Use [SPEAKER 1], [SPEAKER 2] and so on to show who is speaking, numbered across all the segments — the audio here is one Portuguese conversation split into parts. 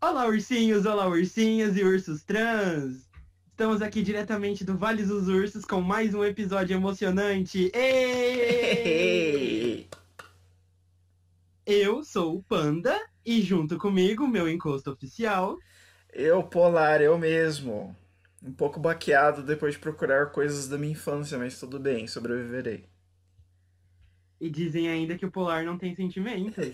[SPEAKER 1] Olá, ursinhos, olá, ursinhas e ursos trans! Estamos aqui diretamente do Vale dos Ursos com mais um episódio emocionante. Ei! Eu sou o Panda e junto comigo, meu encosto oficial.
[SPEAKER 2] Eu, Polar, eu mesmo. Um pouco baqueado depois de procurar coisas da minha infância, mas tudo bem, sobreviverei.
[SPEAKER 1] E dizem ainda que o polar não tem sentimentos.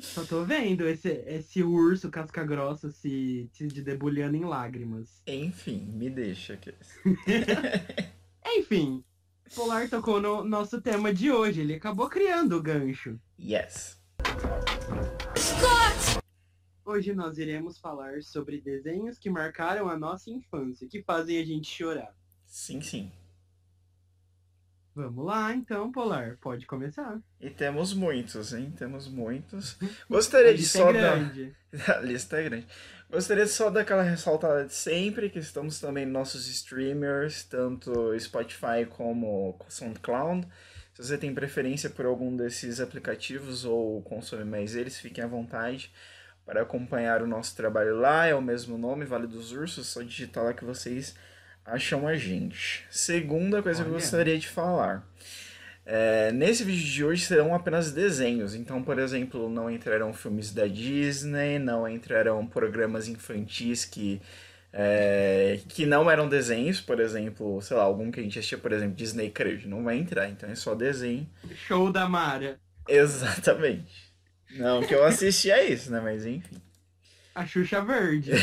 [SPEAKER 1] Só tô vendo esse, esse urso casca grossa se, se debulhando em lágrimas.
[SPEAKER 2] Enfim, me deixa aqui.
[SPEAKER 1] Enfim, o Polar tocou no nosso tema de hoje. Ele acabou criando o gancho.
[SPEAKER 2] Yes.
[SPEAKER 1] Hoje nós iremos falar sobre desenhos que marcaram a nossa infância, que fazem a gente chorar.
[SPEAKER 2] Sim, sim.
[SPEAKER 1] Vamos lá, então, Polar. Pode começar.
[SPEAKER 2] E temos muitos, hein? Temos muitos.
[SPEAKER 1] A
[SPEAKER 2] Gostaria de
[SPEAKER 1] lista é
[SPEAKER 2] só dar.
[SPEAKER 1] grande.
[SPEAKER 2] A lista é grande. Gostaria só daquela ressaltada de sempre que estamos também nos nossos streamers, tanto Spotify como SoundCloud. Se você tem preferência por algum desses aplicativos ou consome mais eles, fiquem à vontade para acompanhar o nosso trabalho lá. É o mesmo nome, Vale dos Ursos, só digitar lá que vocês acham a gente. Segunda coisa que eu
[SPEAKER 1] Olha.
[SPEAKER 2] gostaria de falar. É, nesse vídeo de hoje serão apenas desenhos, então, por exemplo, não entrarão filmes da Disney, não entrarão programas infantis que, é, que não eram desenhos, por exemplo, sei lá, algum que a gente assistia, por exemplo, Disney Cruise, não vai entrar, então é só desenho.
[SPEAKER 1] Show da Mara.
[SPEAKER 2] Exatamente. Não, que eu assisti é isso, né? Mas enfim.
[SPEAKER 1] A Xuxa Verde.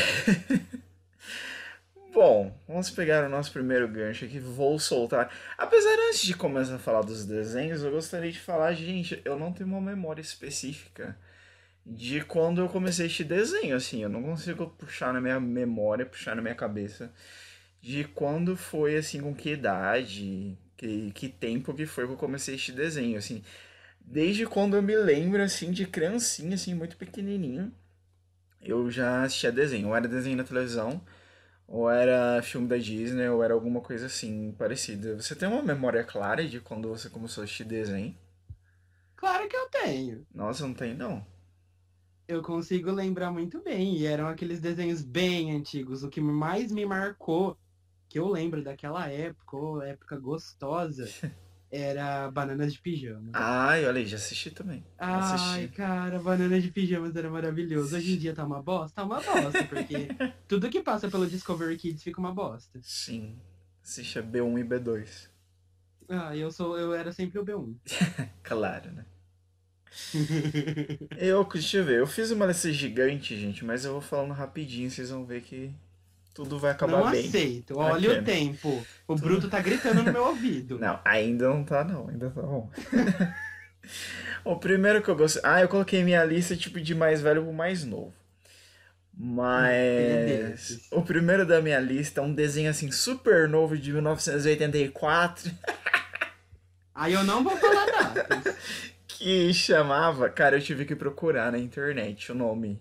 [SPEAKER 2] Bom, vamos pegar o nosso primeiro gancho aqui, vou soltar. Apesar, antes de começar a falar dos desenhos, eu gostaria de falar, gente, eu não tenho uma memória específica de quando eu comecei este desenho, assim, eu não consigo puxar na minha memória, puxar na minha cabeça de quando foi, assim, com que idade, que, que tempo que foi que eu comecei este desenho, assim. Desde quando eu me lembro, assim, de criancinha, assim, muito pequenininho, eu já assistia desenho. Ou era desenho na televisão, ou era filme da Disney, ou era alguma coisa assim, parecida. Você tem uma memória clara de quando você começou a assistir desenho?
[SPEAKER 1] Claro que eu tenho.
[SPEAKER 2] Nossa, não tem, não.
[SPEAKER 1] Eu consigo lembrar muito bem, e eram aqueles desenhos bem antigos. O que mais me marcou, que eu lembro daquela época, ou época gostosa, era Bananas de Pijama.
[SPEAKER 2] Ai, olha aí, já assisti também.
[SPEAKER 1] Ai,
[SPEAKER 2] assisti.
[SPEAKER 1] cara, Bananas de Pijamas era maravilhoso. Hoje em dia tá uma bosta, tá uma bosta, porque tudo que passa pelo Discovery Kids fica uma bosta.
[SPEAKER 2] Sim. Assiste a B1 e B2.
[SPEAKER 1] Ah, eu sou, eu era sempre o B1.
[SPEAKER 2] Claro, né? Eu, deixa eu ver, eu fiz uma dessas gigantes, gente, mas eu vou falando rapidinho, vocês vão ver que tudo vai acabar
[SPEAKER 1] Não
[SPEAKER 2] bem.
[SPEAKER 1] aceito. Olha
[SPEAKER 2] Bacana.
[SPEAKER 1] o tempo. O Bruto tá gritando no meu ouvido.
[SPEAKER 2] Não, ainda não tá, não. Ainda tá bom. o primeiro que eu gostei. Ah, eu coloquei minha lista tipo de mais velho pro mais novo.
[SPEAKER 1] Ele é
[SPEAKER 2] Mas.
[SPEAKER 1] desses.
[SPEAKER 2] O primeiro da minha lista é um desenho assim super novo de 1984
[SPEAKER 1] Aí eu não vou falar datas.
[SPEAKER 2] que chamava. Cara, eu tive que procurar na internet o nome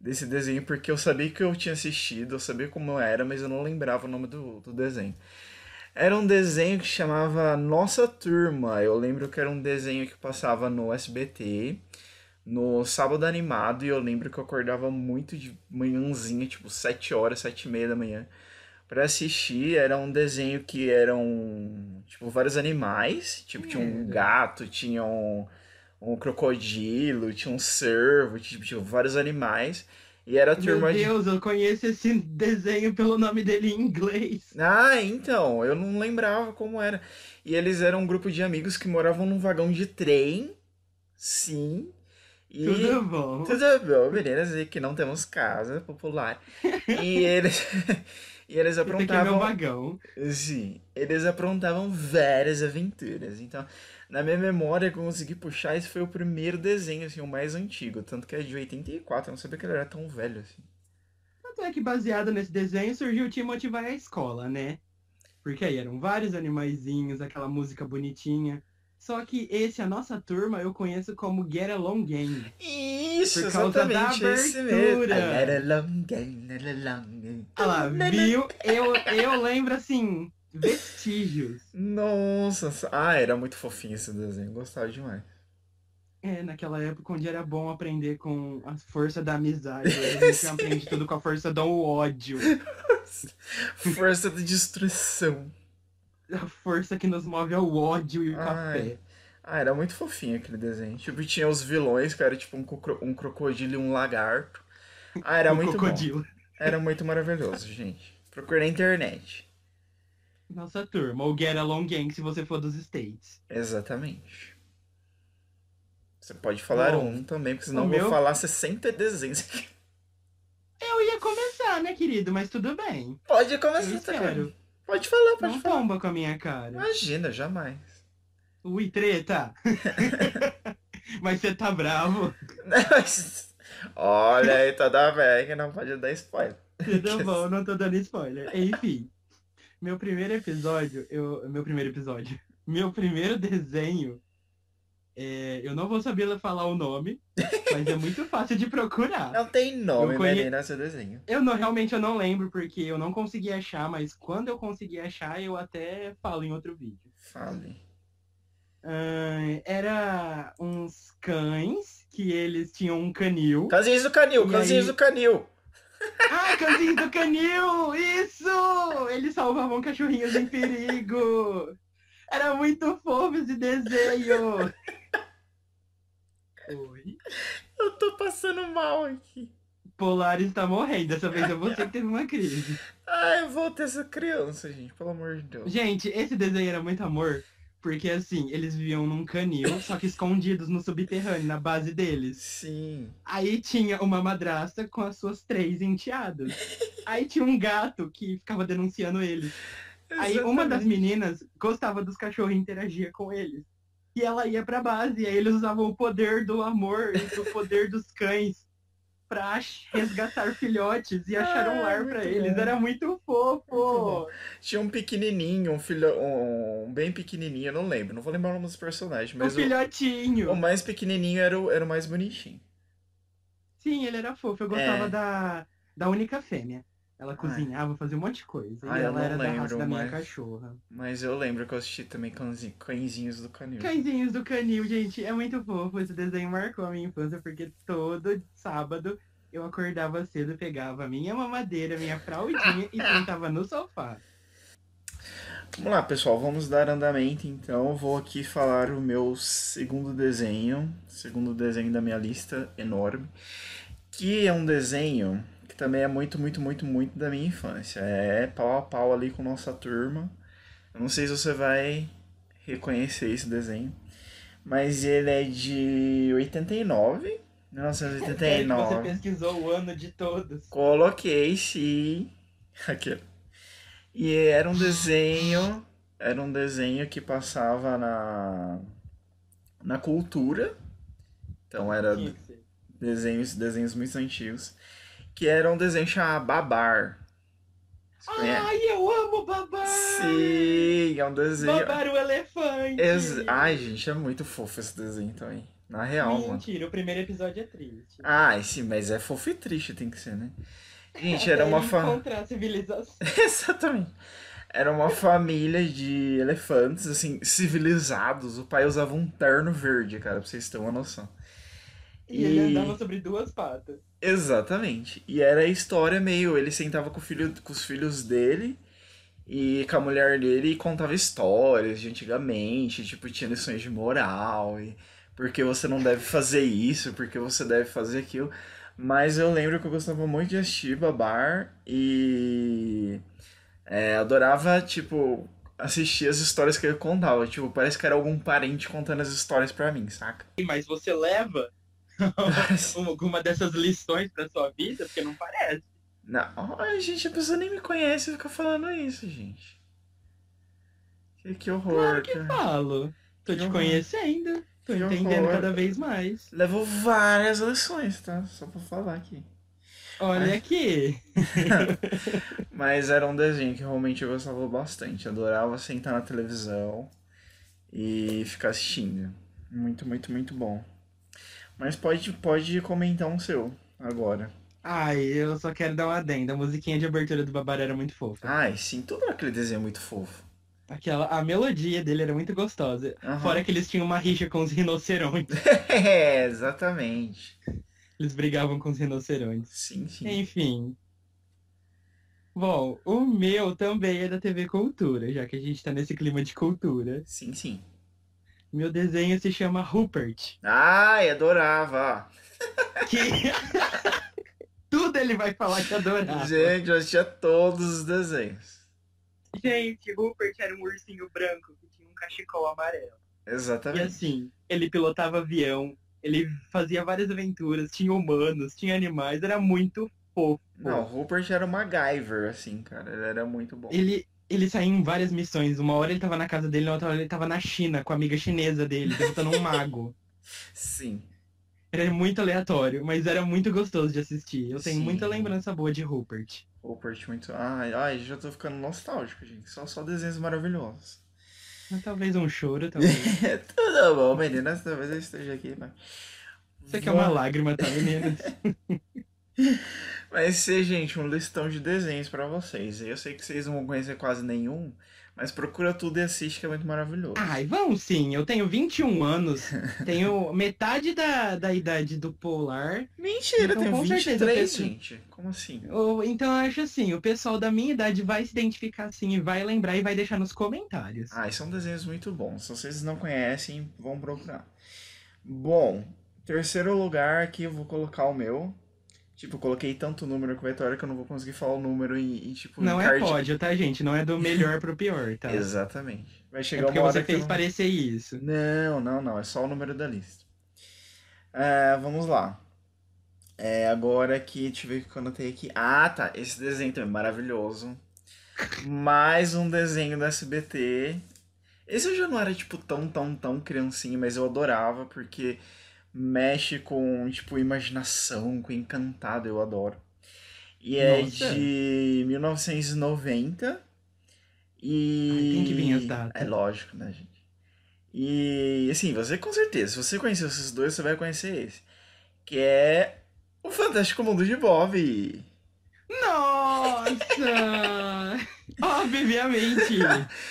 [SPEAKER 2] desse desenho porque eu sabia que eu tinha assistido, eu sabia como era, mas eu não lembrava o nome do, do desenho. Era um desenho que chamava Nossa Turma. Eu lembro que era um desenho que passava no SBT, no sábado animado, e eu lembro que eu acordava muito de manhãzinha, tipo 7 horas, 7 e meia da manhã, pra assistir. Era um desenho que eram, tipo, vários animais. Tipo, tinha um
[SPEAKER 1] Era.
[SPEAKER 2] gato, tinha um, um crocodilo, tinha um cervo, tipo, tinha vários animais. E era a turma
[SPEAKER 1] Meu
[SPEAKER 2] de
[SPEAKER 1] Deus, eu conheço esse desenho pelo nome dele em inglês.
[SPEAKER 2] Ah, então, eu não lembrava como era. E eles eram um grupo de amigos que moravam num vagão de trem, sim. E
[SPEAKER 1] Tudo bom.
[SPEAKER 2] tudo é bom, meninas, e que não temos casa popular. E eles e eles
[SPEAKER 1] Esse aqui é meu
[SPEAKER 2] aprontavam,
[SPEAKER 1] vagão.
[SPEAKER 2] sim, eles aprontavam várias aventuras. Então, na minha memória, que eu consegui puxar, esse foi o primeiro desenho, assim, o mais antigo, tanto que é de 84, eu não sabia que ele era tão velho assim.
[SPEAKER 1] Tanto é que baseado nesse desenho surgiu o Timothy vai à escola, né? Porque aí eram vários animaizinhos, aquela música bonitinha. Só que esse, a nossa turma, eu conheço como Get Along Gang.
[SPEAKER 2] Isso,
[SPEAKER 1] Por causa da
[SPEAKER 2] exatamente esse mesmo. É.
[SPEAKER 1] abertura. Olha lá, viu? Eu, eu lembro, assim, vestígios.
[SPEAKER 2] Nossa, ah, era muito fofinho esse desenho, gostava demais.
[SPEAKER 1] É, naquela época onde era bom aprender com a força da amizade. A gente aprende tudo com a força do ódio.
[SPEAKER 2] Força da destruição.
[SPEAKER 1] A força que nos move ao ódio e o
[SPEAKER 2] Ai.
[SPEAKER 1] café.
[SPEAKER 2] Ah, era muito fofinho aquele desenho. Tipo, tinha os vilões, que era tipo um, cocro- um crocodilo e um lagarto. Ah, era
[SPEAKER 1] O
[SPEAKER 2] muito bom.
[SPEAKER 1] crocodilo.
[SPEAKER 2] Era muito maravilhoso, gente. Procure na internet.
[SPEAKER 1] Nossa turma, ou Get Along Gang se você for dos States.
[SPEAKER 2] Exatamente. Você pode falar
[SPEAKER 1] Bom,
[SPEAKER 2] um também, porque senão eu
[SPEAKER 1] o
[SPEAKER 2] vou
[SPEAKER 1] meu-
[SPEAKER 2] falar 60 desenhos aqui.
[SPEAKER 1] Eu ia começar, né, querido? Mas tudo bem.
[SPEAKER 2] Pode
[SPEAKER 1] Eu
[SPEAKER 2] começar
[SPEAKER 1] espero.
[SPEAKER 2] também. Pode falar, pode
[SPEAKER 1] Não
[SPEAKER 2] falar.
[SPEAKER 1] tomba com a minha cara.
[SPEAKER 2] Imagina, jamais.
[SPEAKER 1] Ui, treta! Mas você tá bravo.
[SPEAKER 2] Mas- Olha aí, toda velha que não pode dar spoiler.
[SPEAKER 1] Tudo bom, não tô dando spoiler. Enfim, meu primeiro episódio, eu, meu primeiro episódio, meu primeiro desenho, é, eu não vou saber falar o nome, mas é muito fácil de procurar.
[SPEAKER 2] Não tem nome,
[SPEAKER 1] Eu conhe-
[SPEAKER 2] menina, seu desenho.
[SPEAKER 1] Eu não, realmente eu não lembro porque eu não consegui achar, mas quando eu consegui achar, eu até falo em outro vídeo.
[SPEAKER 2] Fale.
[SPEAKER 1] Ahn, era uns cães que eles tinham um canil.
[SPEAKER 2] Canzinhos do Canil,
[SPEAKER 1] E
[SPEAKER 2] Canzinhos
[SPEAKER 1] aí-
[SPEAKER 2] do Canil.
[SPEAKER 1] Ah, cãozinho do canil! Isso! Eles salvavam cachorrinhos em perigo! Era muito fofo esse desenho! Oi.
[SPEAKER 2] Eu tô passando mal aqui.
[SPEAKER 1] Polaris tá morrendo. Dessa vez é você que teve uma crise.
[SPEAKER 2] Ai, Ah, eu vou ter essa criança, gente, pelo amor de Deus.
[SPEAKER 1] Gente, esse desenho era muito amor. Porque assim, eles viviam num canil, só que escondidos no subterrâneo, na base deles.
[SPEAKER 2] Sim.
[SPEAKER 1] Aí tinha uma madrasta com as suas três enteadas. Aí tinha um gato que ficava denunciando eles. Aí uma das meninas gostava dos cachorros e interagia com eles. E ela ia pra base, e aí eles usavam o poder do amor e do poder dos cães pra ach- resgatar filhotes e achar um
[SPEAKER 2] Ah,
[SPEAKER 1] lar
[SPEAKER 2] muito
[SPEAKER 1] pra
[SPEAKER 2] bom.
[SPEAKER 1] eles. Era muito fofo!
[SPEAKER 2] Tinha um pequenininho, um filho, um, um bem pequenininho, eu não lembro, não vou lembrar o nome dos personagens,
[SPEAKER 1] um
[SPEAKER 2] mas o, um
[SPEAKER 1] filhotinho!
[SPEAKER 2] o mais pequenininho era o, era o mais bonitinho.
[SPEAKER 1] Sim, ele era fofo. Eu gostava
[SPEAKER 2] É.
[SPEAKER 1] da, da única fêmea. Ela
[SPEAKER 2] Ai.
[SPEAKER 1] cozinhava, fazia um monte de coisa.
[SPEAKER 2] Ai,
[SPEAKER 1] e
[SPEAKER 2] eu
[SPEAKER 1] ela
[SPEAKER 2] não
[SPEAKER 1] era da raça
[SPEAKER 2] lembro
[SPEAKER 1] da minha
[SPEAKER 2] mais.
[SPEAKER 1] cachorra.
[SPEAKER 2] Mas eu lembro que eu assisti também Cãezinho- Cãezinhos do Canil.
[SPEAKER 1] Cãezinhos do Canil, gente, é muito fofo. Esse desenho marcou a minha infância, porque todo sábado eu acordava cedo, pegava minha mamadeira, minha fraldinha e sentava no sofá.
[SPEAKER 2] Vamos lá, pessoal, vamos dar andamento então. Eu Vou aqui falar o meu segundo desenho, segundo desenho da minha lista enorme, que é um desenho que também é muito, muito, muito, muito da minha infância. É pau a pau ali com nossa turma. Eu não sei se você vai reconhecer esse desenho, mas ele é de 89,
[SPEAKER 1] Sério É que
[SPEAKER 2] 1989.
[SPEAKER 1] Você pesquisou o ano de todos.
[SPEAKER 2] Coloquei sim. Aquele. E era um desenho. Era um desenho que passava na. na cultura. Então era
[SPEAKER 1] Tinha que ser.
[SPEAKER 2] desenhos, desenhos muito antigos. Que era um desenho chamado Babar.
[SPEAKER 1] Ah!
[SPEAKER 2] Você conhece?
[SPEAKER 1] Ai, eu amo babar!
[SPEAKER 2] Sim, é um desenho.
[SPEAKER 1] Babar o elefante!
[SPEAKER 2] Ex- Ai, gente, é muito fofo esse desenho também. Na real, mano.
[SPEAKER 1] Mentira, o primeiro episódio é triste.
[SPEAKER 2] Ai, sim, mas é fofo e triste, tem que ser, né? Gente, era uma
[SPEAKER 1] fã.
[SPEAKER 2] fan.
[SPEAKER 1] Encontrar a civilização.
[SPEAKER 2] Exatamente. Era uma família de elefantes, assim, civilizados. O pai usava um terno verde, cara, pra vocês terem uma noção.
[SPEAKER 1] E ele andava sobre duas patas.
[SPEAKER 2] Exatamente. E era a história meio. Ele sentava com, o filho, com os filhos dele e com a mulher dele e contava histórias de antigamente, tipo, tinha lições de moral e porque você não deve fazer isso, porque você deve fazer aquilo. Mas eu lembro que eu gostava muito de assistir Babar e é, adorava, tipo, assistir as histórias que ele contava. Tipo, parece que era algum parente contando as histórias pra mim, saca?
[SPEAKER 1] E, Mas você leva alguma dessas lições pra sua vida? Porque não parece.
[SPEAKER 2] Não, ai, gente, a pessoa nem me conhece e fica falando isso, gente. Que, que horror,
[SPEAKER 1] Claro que
[SPEAKER 2] cara.
[SPEAKER 1] falo. Tô
[SPEAKER 2] Que
[SPEAKER 1] te
[SPEAKER 2] horror.
[SPEAKER 1] conhecendo. Tô
[SPEAKER 2] Que
[SPEAKER 1] entendendo
[SPEAKER 2] horror.
[SPEAKER 1] cada vez mais.
[SPEAKER 2] Levou várias lições, tá? Só pra falar aqui.
[SPEAKER 1] Olha
[SPEAKER 2] Ai.
[SPEAKER 1] aqui.
[SPEAKER 2] Mas era um desenho que realmente eu gostava bastante. Adorava sentar na televisão e ficar assistindo. Muito, muito, muito bom. Mas pode, pode comentar um seu agora.
[SPEAKER 1] Ai, eu só um quero dar uma adenda. A musiquinha de abertura do Babar era muito fofa.
[SPEAKER 2] Ai, sim, tudo aquele desenho é muito fofo.
[SPEAKER 1] Aquela, a melodia dele era muito gostosa.
[SPEAKER 2] Aham.
[SPEAKER 1] Fora que eles tinham uma rixa com os rinocerontes.
[SPEAKER 2] É, exatamente.
[SPEAKER 1] Eles brigavam com os rinocerontes.
[SPEAKER 2] Sim, sim.
[SPEAKER 1] Enfim. Bom, o meu também é da TV Cultura, já que a gente tá nesse clima de cultura.
[SPEAKER 2] Sim, sim.
[SPEAKER 1] Meu desenho se chama Rupert.
[SPEAKER 2] Ai, adorava.
[SPEAKER 1] Que. Tudo ele vai falar que adorava.
[SPEAKER 2] Gente, eu assistia todos os desenhos.
[SPEAKER 1] Gente, Rupert era um ursinho branco que tinha um cachecol amarelo. E
[SPEAKER 2] Exatamente.
[SPEAKER 1] assim, ele pilotava avião, ele fazia várias aventuras, tinha humanos, tinha animais, era muito fofo.
[SPEAKER 2] Não, o Rupert era o MacGyver, assim, cara. Ele era muito bom.
[SPEAKER 1] Ele, ele saía em várias missões. Uma hora ele tava na casa dele, na outra hora ele tava na China com a amiga chinesa dele, derrotando um mago.
[SPEAKER 2] Sim.
[SPEAKER 1] Era muito aleatório, mas era muito gostoso de assistir. Eu tenho
[SPEAKER 2] Sim.
[SPEAKER 1] muita lembrança boa de Rupert.
[SPEAKER 2] Rupert muito. Ai, ai, já tô ficando nostálgico, gente. Só, só desenhos maravilhosos.
[SPEAKER 1] Mas Talvez um choro também.
[SPEAKER 2] Tudo bom, meninas. Talvez eu esteja aqui, mas.
[SPEAKER 1] Você quer uma
[SPEAKER 2] Vamos-
[SPEAKER 1] lágrima, tá, meninas?
[SPEAKER 2] Vai ser, gente, um listão de desenhos pra vocês. Eu sei que vocês não vão conhecer quase nenhum, mas procura tudo e assiste que é muito maravilhoso.
[SPEAKER 1] Ai, vamos sim. Eu tenho 21 anos, tenho metade da, da idade do Polar.
[SPEAKER 2] Mentira,
[SPEAKER 1] Então,
[SPEAKER 2] tem
[SPEAKER 1] com
[SPEAKER 2] 23,
[SPEAKER 1] certeza, pessoa.
[SPEAKER 2] gente. Como assim?
[SPEAKER 1] Ou- Então eu acho assim, o pessoal da minha idade vai se identificar assim e vai lembrar e vai deixar nos comentários.
[SPEAKER 2] Ah, e são desenhos muito bons. Se vocês não conhecem, vão procurar. Bom, terceiro lugar aqui eu vou colocar o meu. Tipo, eu coloquei tanto número que vai ter hora que eu não vou conseguir falar o número e, e, tipo,
[SPEAKER 1] Não é
[SPEAKER 2] encarte-
[SPEAKER 1] pódio, tá, gente? Não é do melhor pro pior, tá?
[SPEAKER 2] Exatamente. Vai
[SPEAKER 1] É
[SPEAKER 2] chegar
[SPEAKER 1] porque
[SPEAKER 2] uma hora
[SPEAKER 1] você
[SPEAKER 2] que eu
[SPEAKER 1] fez
[SPEAKER 2] não-
[SPEAKER 1] parecer isso.
[SPEAKER 2] Não, não, não. É só o número da lista. Ah, vamos lá. É, agora que deixa eu ver o que eu anotei aqui. Ah, tá. Esse desenho também é maravilhoso. Mais um desenho do SBT. Esse eu já não era, tipo, tão, tão, tão criancinha, mas eu adorava, porque mexe com, tipo, imaginação, com encantado, eu adoro. E é
[SPEAKER 1] Nossa.
[SPEAKER 2] de 1990. E.
[SPEAKER 1] Ai, tem que vir as datas.
[SPEAKER 2] É lógico, né, gente? E assim, você com certeza, se você conhecer esses dois, você vai conhecer esse. Que é o Fantástico Mundo de Bob.
[SPEAKER 1] Nossa! Obviamente!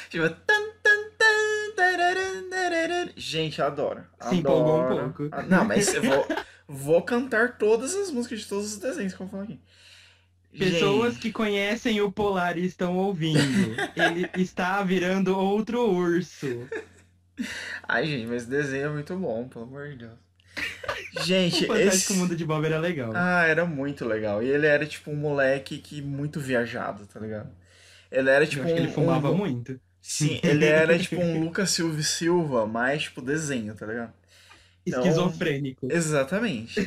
[SPEAKER 2] Tipo, tan, tan, tan, tararan, tararan. Gente, eu adoro.
[SPEAKER 1] Se empolgou um
[SPEAKER 2] adoro.
[SPEAKER 1] pouco.
[SPEAKER 2] Ah, Não, mas eu vou, vou cantar todas as músicas de todos os desenhos que eu falo aqui.
[SPEAKER 1] Pessoas
[SPEAKER 2] Gente,
[SPEAKER 1] que conhecem o Polar e estão ouvindo. Ele está virando outro urso.
[SPEAKER 2] Ai, gente, mas esse desenho é muito bom, pelo amor de Deus. Gente,
[SPEAKER 1] O Fantástico
[SPEAKER 2] esse...
[SPEAKER 1] Mundo de Bob era legal.
[SPEAKER 2] Ah, era muito legal. E ele era tipo um moleque que muito viajado, tá ligado? Ele era tipo
[SPEAKER 1] Eu acho que
[SPEAKER 2] um,
[SPEAKER 1] ele fumava
[SPEAKER 2] um-
[SPEAKER 1] muito.
[SPEAKER 2] Sim, ele era tipo um Lucas Silva e Silva, mais tipo desenho, tá ligado? Então-
[SPEAKER 1] Esquizofrênico.
[SPEAKER 2] Exatamente.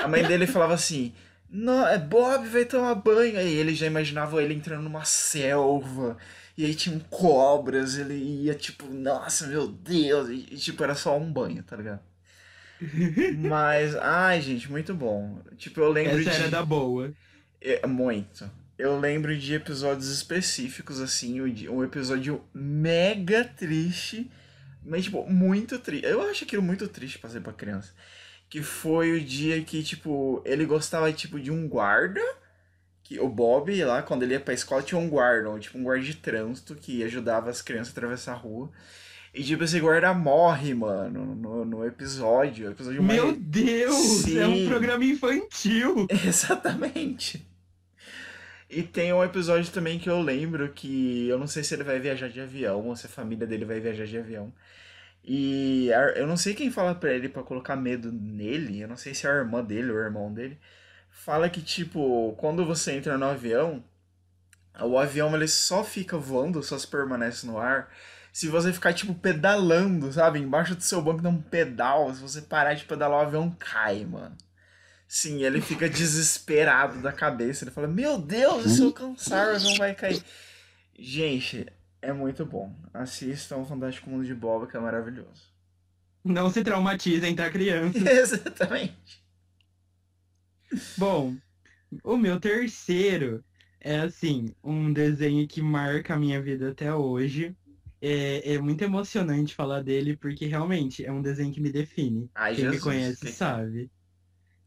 [SPEAKER 2] A mãe dele falava assim: "Não, é Bob vai tomar banho". Aí ele já imaginava ele entrando numa selva. E aí tinham cobras, ele ia tipo, nossa, meu Deus, e, e, tipo era só um banho, tá ligado? Mas, ai, gente, muito bom. Tipo, eu lembro
[SPEAKER 1] Essa era
[SPEAKER 2] de
[SPEAKER 1] da boa.
[SPEAKER 2] é, muito. Eu lembro de episódios específicos, assim, o de- um episódio mega triste, mas, tipo, muito triste. Eu acho aquilo muito triste pra ser pra criança. Que foi o dia que, tipo, ele gostava, tipo, de um guarda. Que o Bob, lá, quando ele ia pra escola, tinha um guarda, um, tipo, um guarda de trânsito que ajudava as crianças a atravessar a rua. E, tipo, esse guarda morre, mano, no, no episódio. episódio mais-
[SPEAKER 1] Meu Deus! É
[SPEAKER 2] Sim.
[SPEAKER 1] um programa infantil!
[SPEAKER 2] Exatamente. E tem um episódio também que eu lembro que eu não sei se ele vai viajar de avião ou se a família dele vai viajar de avião. E a- eu não sei quem fala pra ele pra colocar medo nele, eu não sei se é a irmã dele ou o irmão dele. Fala que, tipo, quando você entra no avião, o avião ele só fica voando, só se permanece no ar. Se você ficar, tipo, pedalando, sabe? Embaixo do seu banco dá um pedal. Se você parar de pedalar, o avião cai, mano. Sim, ele fica desesperado da cabeça. Ele fala: Meu Deus, e se eu cansar, o avião vai cair. Gente, é muito bom. Assistam o Fantástico Mundo de Bob, que é maravilhoso.
[SPEAKER 1] Não se traumatizem, tá, criança?
[SPEAKER 2] Exatamente.
[SPEAKER 1] Bom, o meu terceiro é, assim, um desenho que marca a minha vida até hoje. É, é muito emocionante falar dele, porque realmente é um desenho que me define.
[SPEAKER 2] Ai,
[SPEAKER 1] Quem me
[SPEAKER 2] Jesus.
[SPEAKER 1] conhece
[SPEAKER 2] que-
[SPEAKER 1] sabe.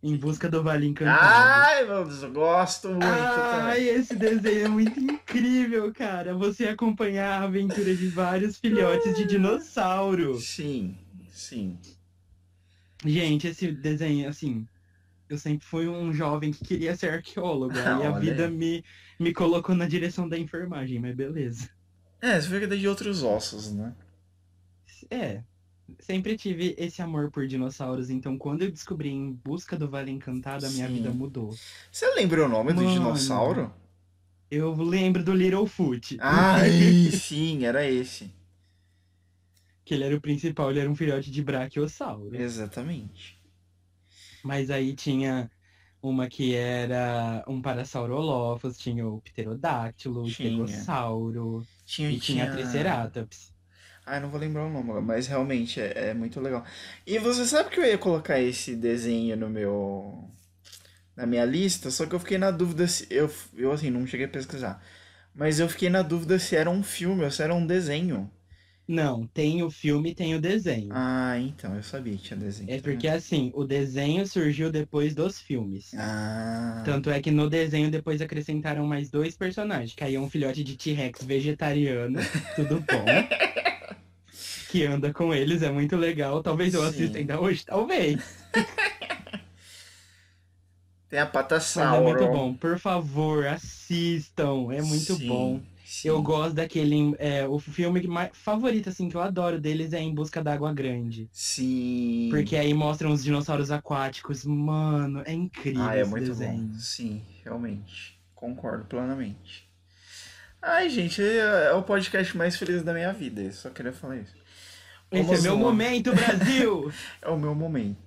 [SPEAKER 1] Em busca do Vale Encantado.
[SPEAKER 2] Ai, meu Deus, eu gosto muito.
[SPEAKER 1] Ai,
[SPEAKER 2] também.
[SPEAKER 1] esse desenho é muito incrível, cara. Você acompanhar a aventura de vários filhotes de dinossauro.
[SPEAKER 2] Sim, sim.
[SPEAKER 1] Gente, esse desenho, assim, eu sempre fui um jovem que queria ser arqueólogo. Aí a
[SPEAKER 2] Olha
[SPEAKER 1] vida
[SPEAKER 2] aí.
[SPEAKER 1] me, me colocou na direção da enfermagem, mas beleza.
[SPEAKER 2] É, você fica de outros ossos, né?
[SPEAKER 1] É, sempre tive esse amor por dinossauros, então quando eu descobri Em Busca do Vale Encantado, a minha
[SPEAKER 2] Sim.
[SPEAKER 1] vida mudou.
[SPEAKER 2] Você lembra o nome do
[SPEAKER 1] Mano.
[SPEAKER 2] dinossauro?
[SPEAKER 1] Eu lembro do Littlefoot,
[SPEAKER 2] Ah. Ai, sim, era esse.
[SPEAKER 1] que ele era o principal, ele era um filhote de brachiosauro.
[SPEAKER 2] Exatamente.
[SPEAKER 1] Mas aí tinha uma que era um parasaurolophus, tinha o pterodáctilo, o
[SPEAKER 2] Tinha.
[SPEAKER 1] estegossauro,
[SPEAKER 2] Tinha,
[SPEAKER 1] e tinha a triceratops.
[SPEAKER 2] Ah, eu não vou lembrar o nome, agora, mas realmente é, é muito legal. E você sabe que eu ia colocar esse desenho no meu. na minha lista, só que eu fiquei na dúvida se. Eu, eu assim, não cheguei a pesquisar. Mas eu fiquei na dúvida se era um filme ou se era um desenho.
[SPEAKER 1] Não, tem o filme e tem o desenho.
[SPEAKER 2] Ah, tá. então, eu sabia que tinha desenho.
[SPEAKER 1] É porque assim, o desenho surgiu depois dos filmes.
[SPEAKER 2] Ah.
[SPEAKER 1] Tanto é que no desenho depois acrescentaram mais dois personagens, que aí é um filhote de T-Rex vegetariano, tudo bom. que anda com eles, é muito legal. Talvez eu assista
[SPEAKER 2] Sim.
[SPEAKER 1] ainda hoje, talvez.
[SPEAKER 2] Tem a
[SPEAKER 1] Mas é
[SPEAKER 2] Patassauro.
[SPEAKER 1] muito bom. Por favor, assistam. É muito
[SPEAKER 2] Sim,
[SPEAKER 1] bom.
[SPEAKER 2] sim.
[SPEAKER 1] Eu gosto daquele. é, o filme que mais, favorito, assim, que eu adoro deles é Em Busca da Água Grande.
[SPEAKER 2] Sim.
[SPEAKER 1] Porque aí mostram os dinossauros aquáticos. Mano, é incrível
[SPEAKER 2] Ah, é
[SPEAKER 1] esse
[SPEAKER 2] muito
[SPEAKER 1] desenho.
[SPEAKER 2] bom. Sim, realmente. Concordo plenamente. Ai, gente, é é o podcast mais feliz da minha vida. eu Só queria falar isso.
[SPEAKER 1] Esse
[SPEAKER 2] Vamos
[SPEAKER 1] é meu
[SPEAKER 2] lá.
[SPEAKER 1] momento, Brasil!
[SPEAKER 2] É o meu momento.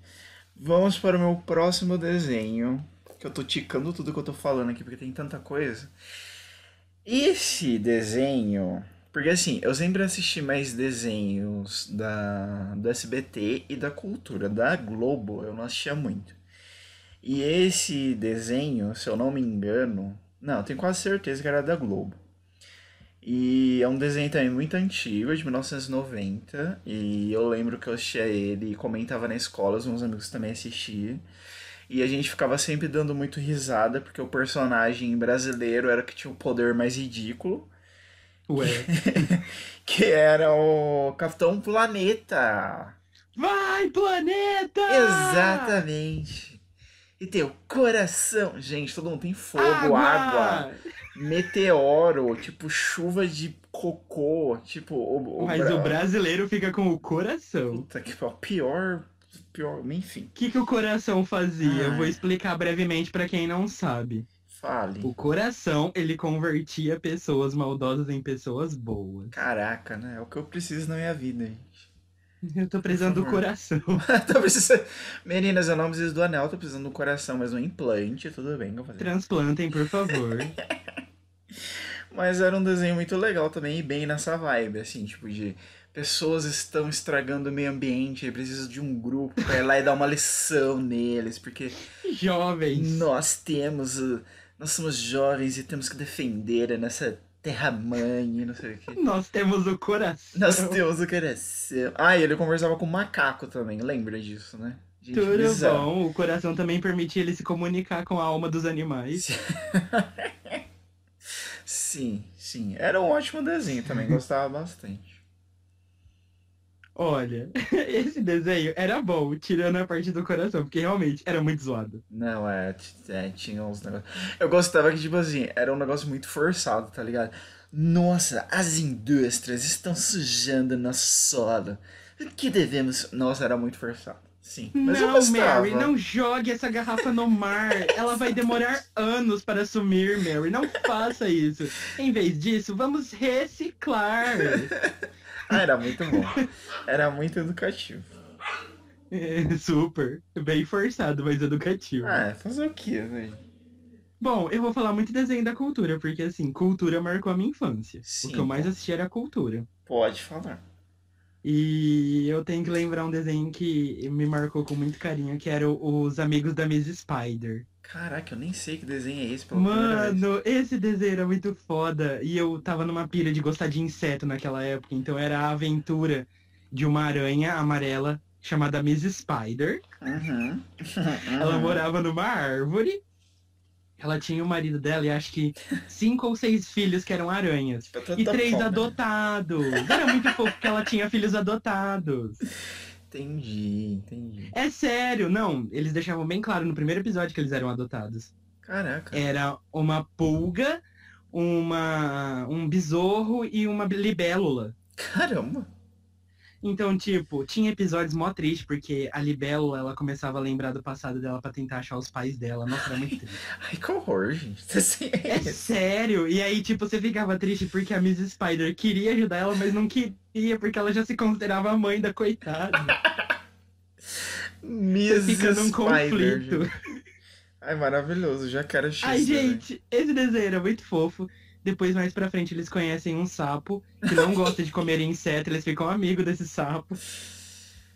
[SPEAKER 2] Vamos para o meu próximo desenho. Que eu tô ticando tudo que eu tô falando aqui, porque tem tanta coisa. Esse desenho. Porque assim, eu sempre assisti mais desenhos da, do SBT e da cultura. Da Globo, eu não assistia muito. E esse desenho, se eu não me engano. Não, eu tenho quase certeza que era da Globo. E é um desenho também muito antigo, é de 1990. E eu lembro que eu assistia ele e comentava na escola, os meus amigos também assistiam. E a gente ficava sempre dando muito risada, porque o personagem brasileiro era o que tinha o poder mais ridículo,
[SPEAKER 1] Ué.
[SPEAKER 2] que era o Capitão Planeta.
[SPEAKER 1] Vai, planeta!
[SPEAKER 2] Exatamente. E teu coração. Gente, todo mundo tem fogo, água. meteoro, tipo chuva de cocô, tipo o, o
[SPEAKER 1] Mas
[SPEAKER 2] Bra-
[SPEAKER 1] o brasileiro fica com o coração.
[SPEAKER 2] puta que pariu, pior, pior, enfim,
[SPEAKER 1] O que, que o coração fazia? Eu Vou
[SPEAKER 2] Ai.
[SPEAKER 1] explicar brevemente pra quem não sabe.
[SPEAKER 2] fale.
[SPEAKER 1] O coração, ele convertia pessoas maldosas em pessoas boas.
[SPEAKER 2] Caraca, né? É o que eu preciso na minha vida, gente.
[SPEAKER 1] Eu tô precisando do
[SPEAKER 2] Por favor.
[SPEAKER 1] coração.
[SPEAKER 2] tô precisando... Meninas, eu não preciso do anel, tô precisando do coração, mas um implante, tudo bem, que eu vou fazer.
[SPEAKER 1] Transplantem, por favor.
[SPEAKER 2] Mas era um desenho muito legal também, e bem nessa vibe, assim, tipo de pessoas estão estragando o meio ambiente, aí preciso de um grupo pra ir lá e dar uma lição neles, porque
[SPEAKER 1] Jovens.
[SPEAKER 2] Nós temos. uh, Nós somos jovens e temos que defender a nossa terra-mãe, e não sei o que.
[SPEAKER 1] Nós temos o coração.
[SPEAKER 2] Nós temos o coração. Ah, e ele conversava com o macaco também, lembra disso, né? Gente,
[SPEAKER 1] Tudo
[SPEAKER 2] bizarro.
[SPEAKER 1] bom. O coração também permitia ele se comunicar com a alma dos animais.
[SPEAKER 2] Sim, sim. Era um ótimo desenho também, gostava bastante.
[SPEAKER 1] Olha, esse desenho era bom, tirando a parte do coração, porque realmente era muito zoado.
[SPEAKER 2] Não, é, t- é, tinha uns negócios. Eu gostava que, tipo assim, era um negócio muito forçado, tá ligado? Nossa, as indústrias estão sujando nosso solo. O que devemos. Nossa, era muito forçado. Sim. Mas eu
[SPEAKER 1] não,
[SPEAKER 2] gostava.
[SPEAKER 1] Mary, não jogue essa garrafa no mar. Ela vai demorar anos para sumir, Mary. Não faça isso. Em vez disso, vamos reciclar.
[SPEAKER 2] Ah, era muito bom. Era muito educativo.
[SPEAKER 1] É, super. Bem forçado, mas educativo.
[SPEAKER 2] Ah, é, fazer o quê, né?
[SPEAKER 1] Bom, eu vou falar muito desenho da cultura, porque assim, cultura marcou a minha infância. O que
[SPEAKER 2] Sim.
[SPEAKER 1] eu mais assisti era cultura.
[SPEAKER 2] Pode falar.
[SPEAKER 1] E eu tenho que lembrar um desenho que me marcou com muito carinho, que era o- Os Amigos da Miss Spider.
[SPEAKER 2] Caraca, eu nem sei que desenho é esse, pelo menos.
[SPEAKER 1] Mano, esse desenho era muito foda. E eu tava numa pilha de gostar de inseto naquela época. Então era a aventura de uma aranha amarela chamada Miss Spider.
[SPEAKER 2] Uhum.
[SPEAKER 1] Ela morava numa árvore. Ela tinha o marido dela e acho que cinco ou seis filhos que eram aranhas.
[SPEAKER 2] Tipo, tanta
[SPEAKER 1] E três
[SPEAKER 2] fome.
[SPEAKER 1] adotados. Era muito fofo porque ela tinha filhos adotados.
[SPEAKER 2] Entendi, entendi.
[SPEAKER 1] É sério, não. Eles deixavam bem claro no primeiro episódio que eles eram adotados.
[SPEAKER 2] Caraca.
[SPEAKER 1] Era uma pulga, uma, um besouro e uma libélula.
[SPEAKER 2] Caramba.
[SPEAKER 1] Então, tipo, tinha episódios mó triste, porque a Libélula, ela começava a lembrar do passado dela pra tentar achar os pais dela. Nossa, era muito triste.
[SPEAKER 2] Ai, que horror, gente. Assim,
[SPEAKER 1] É sério? E aí, tipo, você ficava triste porque a Miss Spider queria ajudar ela, mas não queria, porque ela já se considerava a mãe da coitada. Você
[SPEAKER 2] Miss
[SPEAKER 1] fica num
[SPEAKER 2] Spider,
[SPEAKER 1] conflito.
[SPEAKER 2] gente. Ai, maravilhoso. Já quero né? assistir
[SPEAKER 1] Ai,
[SPEAKER 2] isso também.
[SPEAKER 1] gente, esse desenho era muito fofo. Depois, mais pra frente, eles conhecem um sapo que não gosta de comer inseto, eles ficam amigos desse sapo.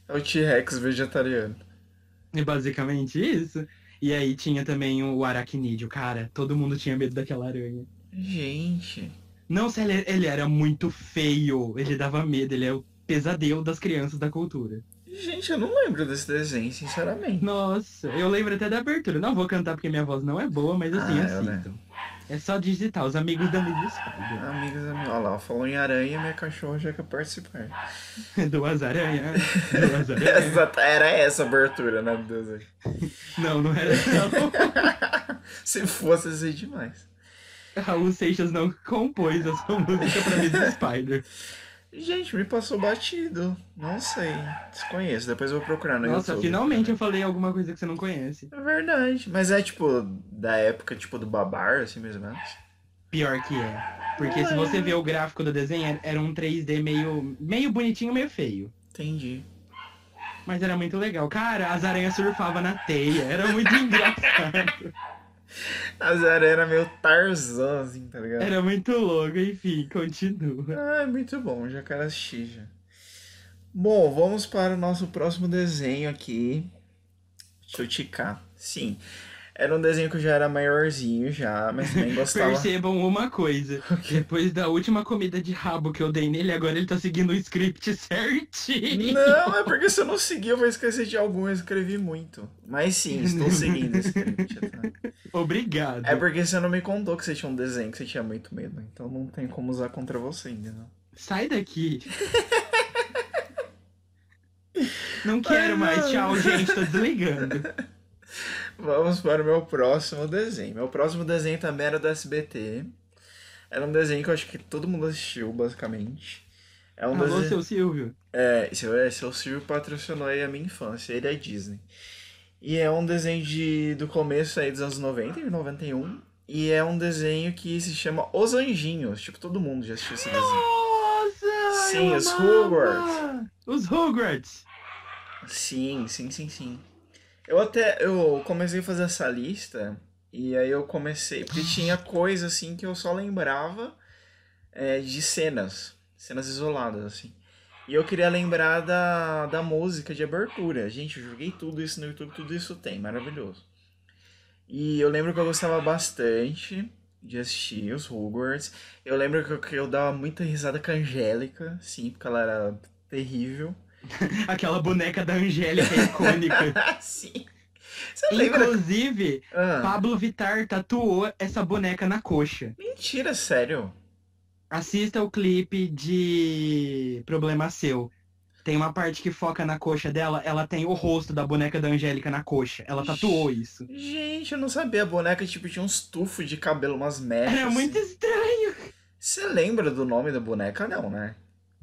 [SPEAKER 2] É o T-Rex vegetariano.
[SPEAKER 1] É basicamente isso. E aí tinha também o aracnídeo, cara. Todo mundo tinha medo daquela aranha.
[SPEAKER 2] Gente.
[SPEAKER 1] Não, se ele, ele era muito feio. Ele dava medo. Ele é o pesadelo das crianças da cultura.
[SPEAKER 2] Gente, eu não lembro desse desenho, sinceramente.
[SPEAKER 1] Nossa, eu lembro até da abertura. Não vou cantar porque minha voz não é boa, mas assim,
[SPEAKER 2] Ah, eu
[SPEAKER 1] eu
[SPEAKER 2] lembro.
[SPEAKER 1] sinto. É só digitar os amigos da Miss Spider.
[SPEAKER 2] Amigos, amigos. Olha lá, falou em aranha, minha cachorra já quer participar.
[SPEAKER 1] Duas aranhas. Duas aranhas.
[SPEAKER 2] Exato, Era essa a abertura, né? Meu Deus.
[SPEAKER 1] Não, não era não.
[SPEAKER 2] Se fosse, seria demais.
[SPEAKER 1] Raul Seixas não compôs essa música pra Miss Spider.
[SPEAKER 2] Gente, me passou batido. Não sei. Desconheço. Depois eu vou procurar no
[SPEAKER 1] Nossa,
[SPEAKER 2] YouTube.
[SPEAKER 1] finalmente eu falei alguma coisa que você não conhece.
[SPEAKER 2] É verdade. Mas é tipo, da época, tipo, do babar, assim mesmo. né?
[SPEAKER 1] Pior que é. Porque se você ver o gráfico do desenho, era- era um 3D meio, meio bonitinho, meio feio.
[SPEAKER 2] Entendi.
[SPEAKER 1] Mas era muito legal. Cara, as aranhas surfavam na teia. Era muito engraçado.
[SPEAKER 2] As aranhas eram meio Tarzan, assim, tá ligado?
[SPEAKER 1] Era muito louco. Enfim, continua.
[SPEAKER 2] Ah, é muito bom, já quero assistir já. Bom, vamos para o nosso próximo desenho aqui. Deixa eu ticar. Sim. Era um desenho que eu já era maiorzinho já, mas também gostava.
[SPEAKER 1] Percebam uma coisa. Depois da última comida de rabo que eu dei nele, agora ele tá seguindo o script certinho.
[SPEAKER 2] Não, é porque se eu não seguir, eu vou esquecer de algum, eu escrevi muito. Mas sim, estou seguindo esse script, tá?
[SPEAKER 1] Obrigado.
[SPEAKER 2] É porque você não me contou que você tinha um desenho que você tinha muito medo, então não tem como usar contra você, entendeu?
[SPEAKER 1] Sai daqui. Não quero mais. Tchau, gente. Tô desligando.
[SPEAKER 2] Vamos para o meu próximo desenho. Meu próximo desenho também era do SBT. Era um desenho que eu acho que todo mundo assistiu, basicamente. É um
[SPEAKER 1] Alô,
[SPEAKER 2] desenho.
[SPEAKER 1] seu Silvio.
[SPEAKER 2] É, seu, é, seu Silvio patrocinou aí a minha infância, ele é Disney. E é um desenho de, do começo aí dos anos 90 e 91. E é um desenho que se chama Os Anjinhos. Tipo, todo mundo já assistiu esse desenho.
[SPEAKER 1] Nossa!
[SPEAKER 2] Sim,
[SPEAKER 1] eu
[SPEAKER 2] os
[SPEAKER 1] amava!
[SPEAKER 2] Hogwarts.
[SPEAKER 1] Os Hogwarts!
[SPEAKER 2] Sim, sim, sim, sim. Eu até, eu comecei a fazer essa lista e aí eu comecei, porque tinha coisa assim que eu só lembrava é, de cenas, cenas isoladas assim. E eu queria lembrar da, da música de abertura. Gente, eu joguei tudo isso no YouTube, tudo isso tem, maravilhoso. E eu lembro que eu gostava bastante de assistir os Hogwarts. Eu lembro que eu, que eu dava muita risada com a Angélica, sim, porque ela era terrível.
[SPEAKER 1] Aquela boneca da Angélica icônica.
[SPEAKER 2] Ah, Sim. Você lembra?
[SPEAKER 1] Inclusive,
[SPEAKER 2] Ah,
[SPEAKER 1] Pablo Vittar tatuou essa boneca na coxa.
[SPEAKER 2] mentira, sério.
[SPEAKER 1] Assista o clipe de Problema Seu. Tem uma parte que foca na coxa dela, ela tem o rosto da boneca da Angélica na coxa. Ela tatuou isso.
[SPEAKER 2] Gente, eu não sabia. A boneca tipo tinha uns tufos de cabelo, umas mechas.
[SPEAKER 1] Era É, muito
[SPEAKER 2] assim.
[SPEAKER 1] estranho.
[SPEAKER 2] Você lembra do nome da boneca? Não, né?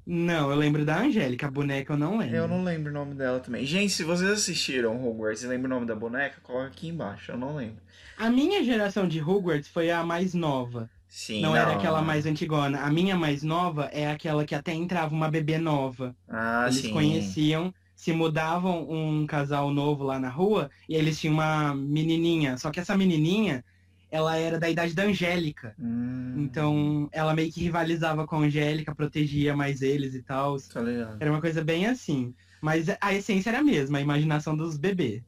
[SPEAKER 1] Não, eu lembro da Angélica, a boneca É, eu não lembro.
[SPEAKER 2] Eu não lembro o nome dela também. Gente, se vocês assistiram Hogwarts e lembram o nome da boneca, coloca aqui embaixo. Eu não lembro.
[SPEAKER 1] A minha geração de Hogwarts foi a mais nova.
[SPEAKER 2] Sim.
[SPEAKER 1] Não, era aquela mais antigona. A minha mais nova é aquela que até entrava uma bebê nova.
[SPEAKER 2] Ah,
[SPEAKER 1] eles
[SPEAKER 2] sim.
[SPEAKER 1] conheciam, se mudavam um casal novo lá na rua e eles tinham uma menininha. Só que essa menininha, ela era da idade da Angélica.
[SPEAKER 2] Hum,
[SPEAKER 1] Então, ela meio que rivalizava com a Angélica, protegia mais eles e tal.
[SPEAKER 2] Tá ligado.
[SPEAKER 1] Era uma coisa bem assim. Mas a essência era a mesma, a imaginação dos bebês.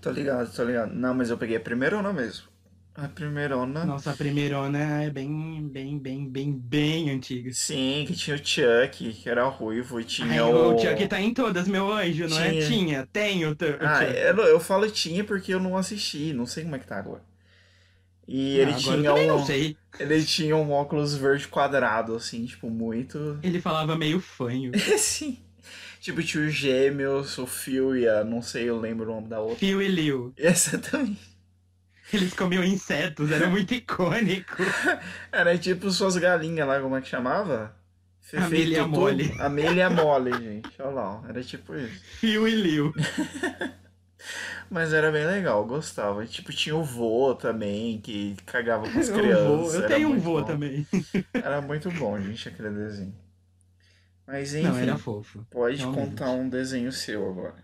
[SPEAKER 2] Tô ligado, tô ligado. Não, mas eu peguei a primeira ou não mesmo? A primeirona.
[SPEAKER 1] Nossa, a primeirona é bem, bem, bem, bem, bem antiga.
[SPEAKER 2] Sim, que tinha o Chuck, que era ruivo, e tinha
[SPEAKER 1] Ai,
[SPEAKER 2] o...
[SPEAKER 1] O Chuck tá em todas, meu anjo, não é?
[SPEAKER 2] Tinha.
[SPEAKER 1] Tinha, tem o, tu- o
[SPEAKER 2] Ah,
[SPEAKER 1] Chuck.
[SPEAKER 2] eu, eu falo tinha porque eu não assisti, não sei como é que tá agora. E ele
[SPEAKER 1] Ah, agora eu
[SPEAKER 2] tinha
[SPEAKER 1] também
[SPEAKER 2] um.
[SPEAKER 1] não sei.
[SPEAKER 2] Ele tinha um óculos verde quadrado, assim, tipo, muito.
[SPEAKER 1] Ele falava meio fanho.
[SPEAKER 2] Sim. Tipo, tinha o gêmeo, Sofia, não sei, eu lembro o nome da outra.
[SPEAKER 1] Phil e Liu.
[SPEAKER 2] Exatamente.
[SPEAKER 1] Eles comiam insetos, era muito icônico.
[SPEAKER 2] Era tipo suas galinhas lá, como é que chamava? Fefe
[SPEAKER 1] Amélia
[SPEAKER 2] e Tutu.
[SPEAKER 1] Mole.
[SPEAKER 2] Amélia mole, gente. Olha lá, ó. era tipo isso.
[SPEAKER 1] Phil e Liu.
[SPEAKER 2] Mas era bem legal, eu gostava. E, Tipo, tinha o vô também, que cagava com as
[SPEAKER 1] Eu, vou,
[SPEAKER 2] crianças.
[SPEAKER 1] eu
[SPEAKER 2] era
[SPEAKER 1] tenho um
[SPEAKER 2] muito
[SPEAKER 1] vô
[SPEAKER 2] bom.
[SPEAKER 1] também.
[SPEAKER 2] Era muito bom, gente, aquele desenho. Mas enfim,
[SPEAKER 1] Não, era fofo.
[SPEAKER 2] pode
[SPEAKER 1] realmente.
[SPEAKER 2] contar um desenho seu agora.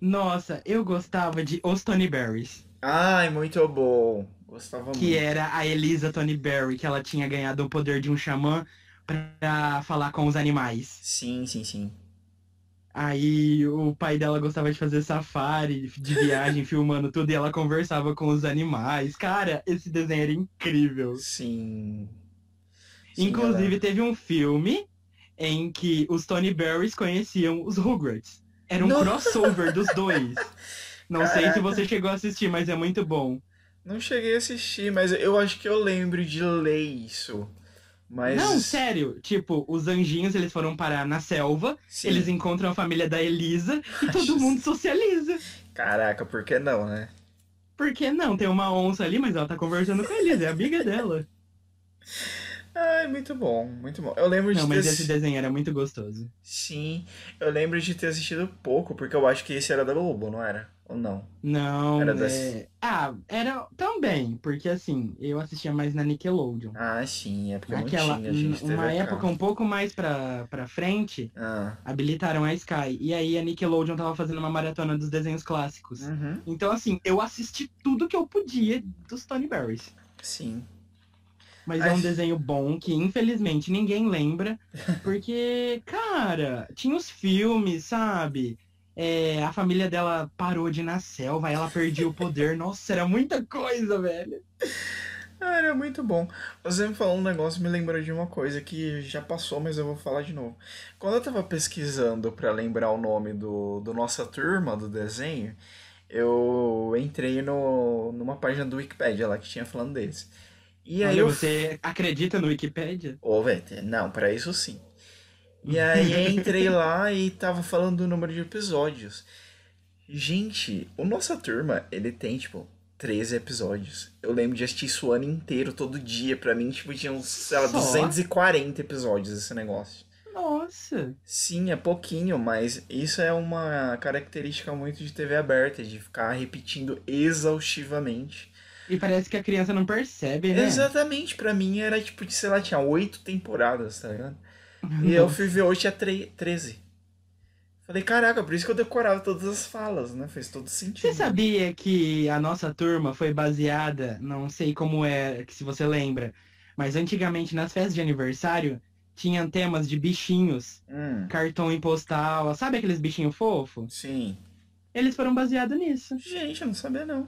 [SPEAKER 1] Nossa, eu gostava de Os Tony Berries,
[SPEAKER 2] Ai, muito bom. Gostava
[SPEAKER 1] que é-
[SPEAKER 2] muito.
[SPEAKER 1] era a Elisa Tony Berry, que ela tinha ganhado o poder de um xamã pra falar com os animais.
[SPEAKER 2] Sim, sim, sim.
[SPEAKER 1] Aí o pai dela gostava de fazer safari, de viagem, filmando tudo, e ela conversava com os animais. Cara, esse desenho era incrível.
[SPEAKER 2] Sim. Sim,
[SPEAKER 1] Inclusive, teve um filme em que os Tony Berries conheciam os Rugrats. Era um
[SPEAKER 2] Nossa!
[SPEAKER 1] crossover dos dois. Não sei
[SPEAKER 2] Caraca.
[SPEAKER 1] se você chegou a assistir, mas é muito bom.
[SPEAKER 2] Não cheguei a assistir, mas eu acho que eu lembro de ler isso. Mas.
[SPEAKER 1] Não, sério. Tipo, os anjinhos, eles foram parar na selva,
[SPEAKER 2] Sim.
[SPEAKER 1] eles encontram a família da Elisa e todo
[SPEAKER 2] Jesus.
[SPEAKER 1] mundo socializa.
[SPEAKER 2] Caraca, por que não, né?
[SPEAKER 1] Por que não? Tem uma onça ali, mas ela tá conversando com a Elisa, é amiga dela.
[SPEAKER 2] Ai, muito bom, muito bom. Eu lembro
[SPEAKER 1] Não,
[SPEAKER 2] de ter.
[SPEAKER 1] mas esse desenho era muito gostoso.
[SPEAKER 2] Sim, eu lembro de ter assistido pouco, porque eu acho que esse era da Globo, não era? Ou não?
[SPEAKER 1] Não,
[SPEAKER 2] Era
[SPEAKER 1] é...
[SPEAKER 2] das-
[SPEAKER 1] Ah, era também, porque assim, eu assistia mais na Nickelodeon.
[SPEAKER 2] Ah, sim, é porque
[SPEAKER 1] Naquela,
[SPEAKER 2] não tinha, gente.
[SPEAKER 1] uma
[SPEAKER 2] TV a
[SPEAKER 1] época
[SPEAKER 2] cabo.
[SPEAKER 1] um pouco mais pra, pra frente,
[SPEAKER 2] Ah.
[SPEAKER 1] habilitaram a Sky. E aí a Nickelodeon tava fazendo uma maratona dos desenhos clássicos.
[SPEAKER 2] Uhum.
[SPEAKER 1] Então, assim, eu assisti tudo que eu podia dos Tony Berries.
[SPEAKER 2] Sim.
[SPEAKER 1] Mas
[SPEAKER 2] Ai.
[SPEAKER 1] é um desenho bom que, infelizmente, ninguém lembra. Porque, cara, tinha os filmes, sabe? É, a família dela parou de ir na selva, aí ela perdeu o poder. Nossa, era muita coisa, velho.
[SPEAKER 2] Ah, era muito bom. Você me falou um negócio, me lembrou de uma coisa que já passou, mas eu vou falar de novo. Quando eu tava pesquisando pra lembrar o nome do, do nossa turma, do desenho, eu entrei no, numa página do Wikipedia lá que tinha falando deles. E aí
[SPEAKER 1] Olha,
[SPEAKER 2] eu.
[SPEAKER 1] Você acredita no Wikipedia?
[SPEAKER 2] Ô, velho, não, pra isso sim. E aí entrei lá e tava falando do número de episódios. Gente, o Nossa Turma, ele tem, tipo, 13 episódios. Eu lembro de assistir isso o ano inteiro, todo dia. Pra mim, tipo, tinha uns, sei lá,
[SPEAKER 1] Só?
[SPEAKER 2] 240 episódios esse negócio.
[SPEAKER 1] Nossa!
[SPEAKER 2] Sim, é pouquinho, mas isso é uma característica muito de TV aberta, de ficar repetindo exaustivamente.
[SPEAKER 1] E parece que a criança não percebe, né?
[SPEAKER 2] Exatamente, pra mim era, tipo, de, sei lá, tinha oito temporadas, tá ligado? E eu fui ver hoje a 13. Falei, caraca, por isso que eu decorava todas as falas, né? Fez todo sentido.
[SPEAKER 1] Você sabia que a nossa turma foi baseada, não sei como é, que se você lembra, mas antigamente nas festas de aniversário tinham temas de bichinhos,
[SPEAKER 2] Hum,
[SPEAKER 1] cartão em postal, sabe aqueles bichinhos fofos?
[SPEAKER 2] sim.
[SPEAKER 1] Eles foram baseados nisso.
[SPEAKER 2] Gente, eu não sabia não.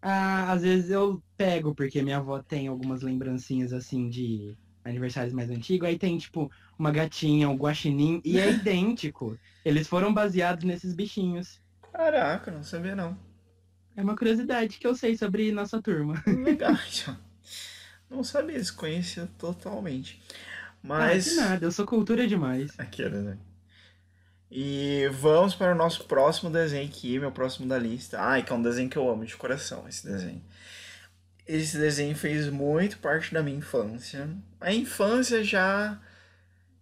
[SPEAKER 1] Ah, às vezes eu pego, porque minha avó tem algumas lembrancinhas assim de aniversários mais antigos, aí tem tipo uma gatinha, um guaxinim, e é idêntico. Eles foram baseados nesses bichinhos.
[SPEAKER 2] Caraca, eu não sabia não.
[SPEAKER 1] É uma curiosidade que eu sei sobre nossa turma.
[SPEAKER 2] Legal, já. Não sabia, desconhecia totalmente.
[SPEAKER 1] Ah,
[SPEAKER 2] Mas.
[SPEAKER 1] que nada, eu sou cultura demais.
[SPEAKER 2] Aquele, né? E vamos para o nosso próximo desenho aqui, meu próximo da lista. Ai, que é um desenho que eu amo de coração, esse desenho. Esse desenho fez muito parte da minha infância. A infância já,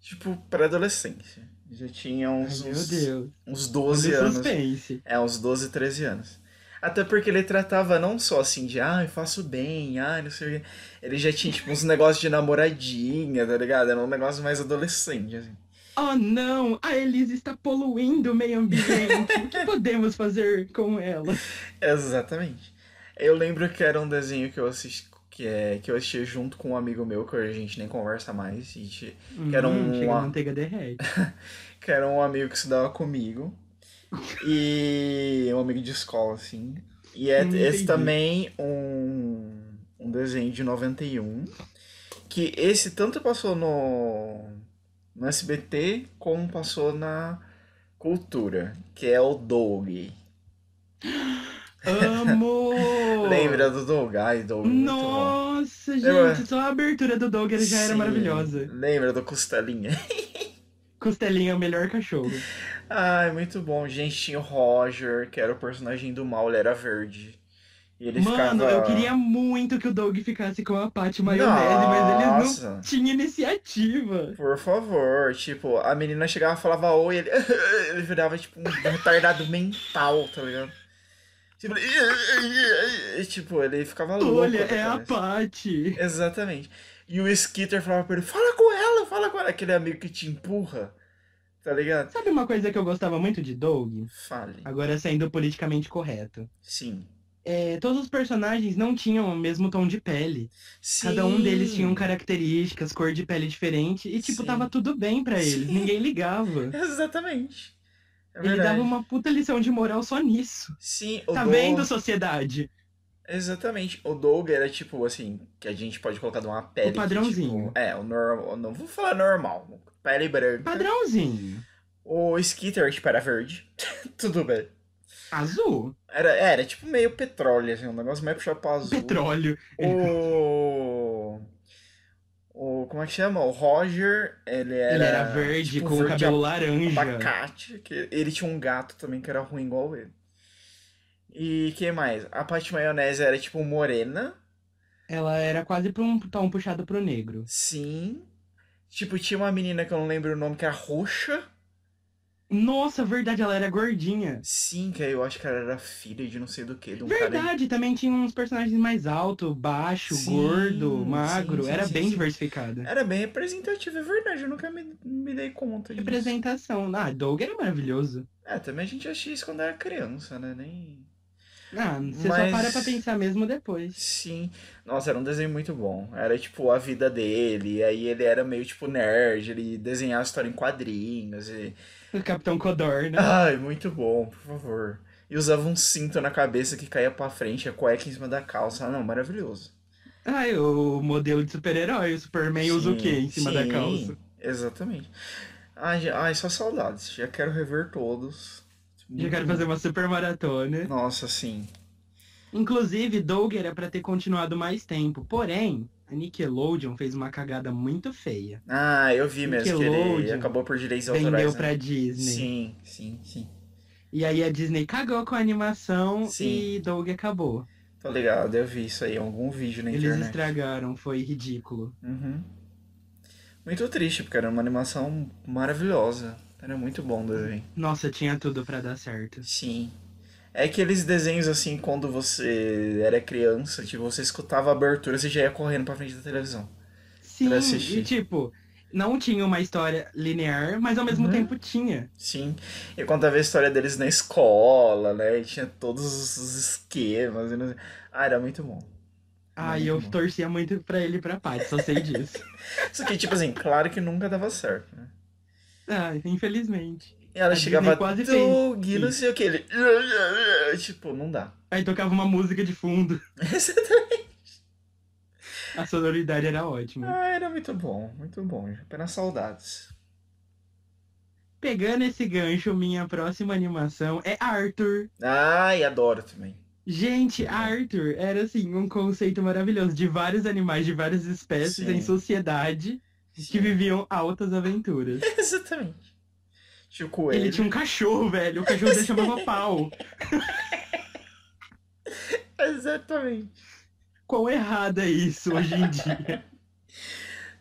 [SPEAKER 2] tipo, pré-adolescência. Já tinha
[SPEAKER 1] Ai,
[SPEAKER 2] uns,
[SPEAKER 1] meu
[SPEAKER 2] uns,
[SPEAKER 1] Deus.
[SPEAKER 2] uns
[SPEAKER 1] Olha o
[SPEAKER 2] 12 anos.
[SPEAKER 1] suspense.
[SPEAKER 2] É, uns 12, 13 anos. Até porque ele tratava não só assim de, ah, eu faço bem, ah, não sei o quê. Ele já tinha, tipo, uns negócios de namoradinha, tá ligado? Era um negócio mais adolescente, assim.
[SPEAKER 1] Oh não, a Elisa está poluindo o meio ambiente. o que podemos fazer com ela?
[SPEAKER 2] Exatamente. Eu lembro que era um desenho que eu assisti, que, é, que eu assisti junto com um amigo meu, que a gente nem conversa mais, e te- Quero
[SPEAKER 1] Hum,
[SPEAKER 2] um-
[SPEAKER 1] Chega a manteiga derrete.
[SPEAKER 2] que era um amigo que estudava comigo. E um amigo de escola, assim. E é,
[SPEAKER 1] Não
[SPEAKER 2] esse
[SPEAKER 1] entendi.
[SPEAKER 2] também um, um desenho de 91. Que esse tanto passou no, no SBT como passou na Cultura, que é o Doug.
[SPEAKER 1] Amo!
[SPEAKER 2] Lembra do Doug? Ai, Doug. muito bom.
[SPEAKER 1] Nossa,
[SPEAKER 2] Lembra?
[SPEAKER 1] gente, só a abertura do Doug ele já era
[SPEAKER 2] Sim.
[SPEAKER 1] maravilhosa.
[SPEAKER 2] Lembra do Costelinha?
[SPEAKER 1] Costelinha é o melhor cachorro.
[SPEAKER 2] Ai, muito bom. Gente, tinha o Roger, que era o personagem do mal, ele era verde. E ele
[SPEAKER 1] Mano,
[SPEAKER 2] ficava.
[SPEAKER 1] eu queria muito que o Doug ficasse com a Paty Maionese, mas eles
[SPEAKER 2] Nossa,
[SPEAKER 1] não tinham iniciativa.
[SPEAKER 2] Por favor, tipo, a menina chegava e falava oi, ele, ele virava tipo um retardado mental, tá ligado? Tipo, ele, tipo, ele ficava louco. tá
[SPEAKER 1] Olha,
[SPEAKER 2] da
[SPEAKER 1] é a
[SPEAKER 2] cabeça.
[SPEAKER 1] Paty.
[SPEAKER 2] Exatamente. E o Skitter falava pra ele, fala com ela, fala com ela, aquele amigo que te empurra, tá ligado?
[SPEAKER 1] Sabe uma coisa que eu gostava muito de Doug?
[SPEAKER 2] Fale.
[SPEAKER 1] Agora saindo politicamente correto.
[SPEAKER 2] Sim.
[SPEAKER 1] É, todos os personagens não tinham o mesmo tom de pele.
[SPEAKER 2] Sim.
[SPEAKER 1] Cada um deles tinha características, cor de pele diferente. E, tipo,
[SPEAKER 2] Sim.
[SPEAKER 1] tava tudo bem pra eles.
[SPEAKER 2] Sim.
[SPEAKER 1] Ninguém ligava.
[SPEAKER 2] Exatamente. É
[SPEAKER 1] Ele
[SPEAKER 2] verdade.
[SPEAKER 1] dava uma puta lição de moral só nisso.
[SPEAKER 2] Sim, o
[SPEAKER 1] tá
[SPEAKER 2] Doug-
[SPEAKER 1] vendo, sociedade?
[SPEAKER 2] Exatamente. O Doug era tipo assim, que a gente pode colocar de uma pele. que,
[SPEAKER 1] padrãozinho.
[SPEAKER 2] tipo, é, o normal. Não vou falar normal. Pele branca.
[SPEAKER 1] Padrãozinho.
[SPEAKER 2] O Skitter, tipo, era verde. Tudo bem.
[SPEAKER 1] Azul.
[SPEAKER 2] Era, era tipo meio petróleo, assim, um negócio meio puxado pra azul.
[SPEAKER 1] Petróleo.
[SPEAKER 2] O. O. Como é que chama? O Roger, ele era.
[SPEAKER 1] Ele era verde
[SPEAKER 2] tipo,
[SPEAKER 1] com o
[SPEAKER 2] verde
[SPEAKER 1] cabelo laranja.
[SPEAKER 2] abacate, que ele tinha um gato também que era ruim igual ele. E que mais? A parte maionese era tipo morena,
[SPEAKER 1] Ela era quase pra um tom puxado pro negro.
[SPEAKER 2] sim. Tipo, tinha uma menina que eu não lembro o nome, que era roxa,
[SPEAKER 1] Nossa, verdade, ela era gordinha.
[SPEAKER 2] sim, que aí eu acho que ela era filha de não sei do que, de um cara.
[SPEAKER 1] Verdade, também tinha uns personagens mais alto, baixo,
[SPEAKER 2] Sim,
[SPEAKER 1] gordo,
[SPEAKER 2] sim,
[SPEAKER 1] magro.
[SPEAKER 2] sim,
[SPEAKER 1] era
[SPEAKER 2] sim,
[SPEAKER 1] bem
[SPEAKER 2] sim.
[SPEAKER 1] diversificada.
[SPEAKER 2] Era bem representativa, é verdade, eu nunca me, me dei conta disso.
[SPEAKER 1] Representação. Ah, Doug era maravilhoso.
[SPEAKER 2] É, também a gente achei isso quando era criança, né? Nem.
[SPEAKER 1] Ah, você
[SPEAKER 2] Mas-
[SPEAKER 1] só para pra pensar mesmo depois.
[SPEAKER 2] Sim. Nossa, era um desenho muito bom. Era tipo a vida dele, e aí ele era meio tipo nerd, ele desenhava história em quadrinhos e.
[SPEAKER 1] O Capitão né? Codorna.
[SPEAKER 2] Ai, muito bom, por favor. E usava um cinto na cabeça que caía pra frente, a cueca em cima da calça. Ah, não, maravilhoso.
[SPEAKER 1] Ai, o modelo de super-herói. O Superman usa o
[SPEAKER 2] Sim,
[SPEAKER 1] quê em cima da
[SPEAKER 2] sim,
[SPEAKER 1] calça?
[SPEAKER 2] Exatamente. Ai, já- ai, só saudades. Já quero rever todos.
[SPEAKER 1] Já quero fazer uma super maratona.
[SPEAKER 2] Nossa, sim.
[SPEAKER 1] Inclusive, Doug era pra ter continuado mais tempo. Porém, a Nickelodeon fez uma cagada muito feia.
[SPEAKER 2] Ah, eu vi mesmo que ele
[SPEAKER 1] Nickelodeon.
[SPEAKER 2] acabou por direitos
[SPEAKER 1] Vendeu
[SPEAKER 2] autorais. né?
[SPEAKER 1] pra Disney.
[SPEAKER 2] Sim, sim, sim.
[SPEAKER 1] E aí a Disney cagou com a animação
[SPEAKER 2] Sim.
[SPEAKER 1] e Doug acabou.
[SPEAKER 2] Tô ligado, eu vi isso aí em algum vídeo na
[SPEAKER 1] Eles
[SPEAKER 2] internet.
[SPEAKER 1] estragaram, foi ridículo.
[SPEAKER 2] Uhum. Muito triste, porque era uma animação maravilhosa. Era muito bom o desenho.
[SPEAKER 1] Nossa, tinha tudo pra dar certo.
[SPEAKER 2] Sim. É aqueles desenhos assim, quando você era criança, tipo, você escutava a abertura, você já ia correndo pra frente da televisão.
[SPEAKER 1] Sim,
[SPEAKER 2] Pra assistir.
[SPEAKER 1] e tipo, não tinha uma história linear, mas ao mesmo
[SPEAKER 2] Uhum.
[SPEAKER 1] tempo tinha.
[SPEAKER 2] Sim. E contava a história deles na escola, né? E tinha todos os esquemas. e não sei- Ah, era muito bom.
[SPEAKER 1] Ah,
[SPEAKER 2] Muito
[SPEAKER 1] e eu
[SPEAKER 2] bom.
[SPEAKER 1] torcia muito pra ele e pra Paty, só sei disso.
[SPEAKER 2] Só que, tipo assim, claro que nunca dava certo, né?
[SPEAKER 1] ah, infelizmente.
[SPEAKER 2] E ela
[SPEAKER 1] A
[SPEAKER 2] chegava,
[SPEAKER 1] Disney quase fez
[SPEAKER 2] Doug, não sei o que, ele... Tipo, não dá.
[SPEAKER 1] Aí tocava uma música de fundo.
[SPEAKER 2] Exatamente.
[SPEAKER 1] A sonoridade era ótima.
[SPEAKER 2] ah, era muito bom, muito bom. Apenas saudades.
[SPEAKER 1] Pegando esse gancho, minha próxima animação é Arthur.
[SPEAKER 2] Ai, Ah, adoro também.
[SPEAKER 1] Gente, Arthur era assim um conceito maravilhoso de vários animais de várias espécies
[SPEAKER 2] Sim.
[SPEAKER 1] em sociedade que viviam altas aventuras.
[SPEAKER 2] Exatamente. Tinha o
[SPEAKER 1] Ele
[SPEAKER 2] coelho.
[SPEAKER 1] tinha um cachorro, velho. O cachorro dele chamava pau.
[SPEAKER 2] Exatamente.
[SPEAKER 1] Quão errado é isso hoje em dia?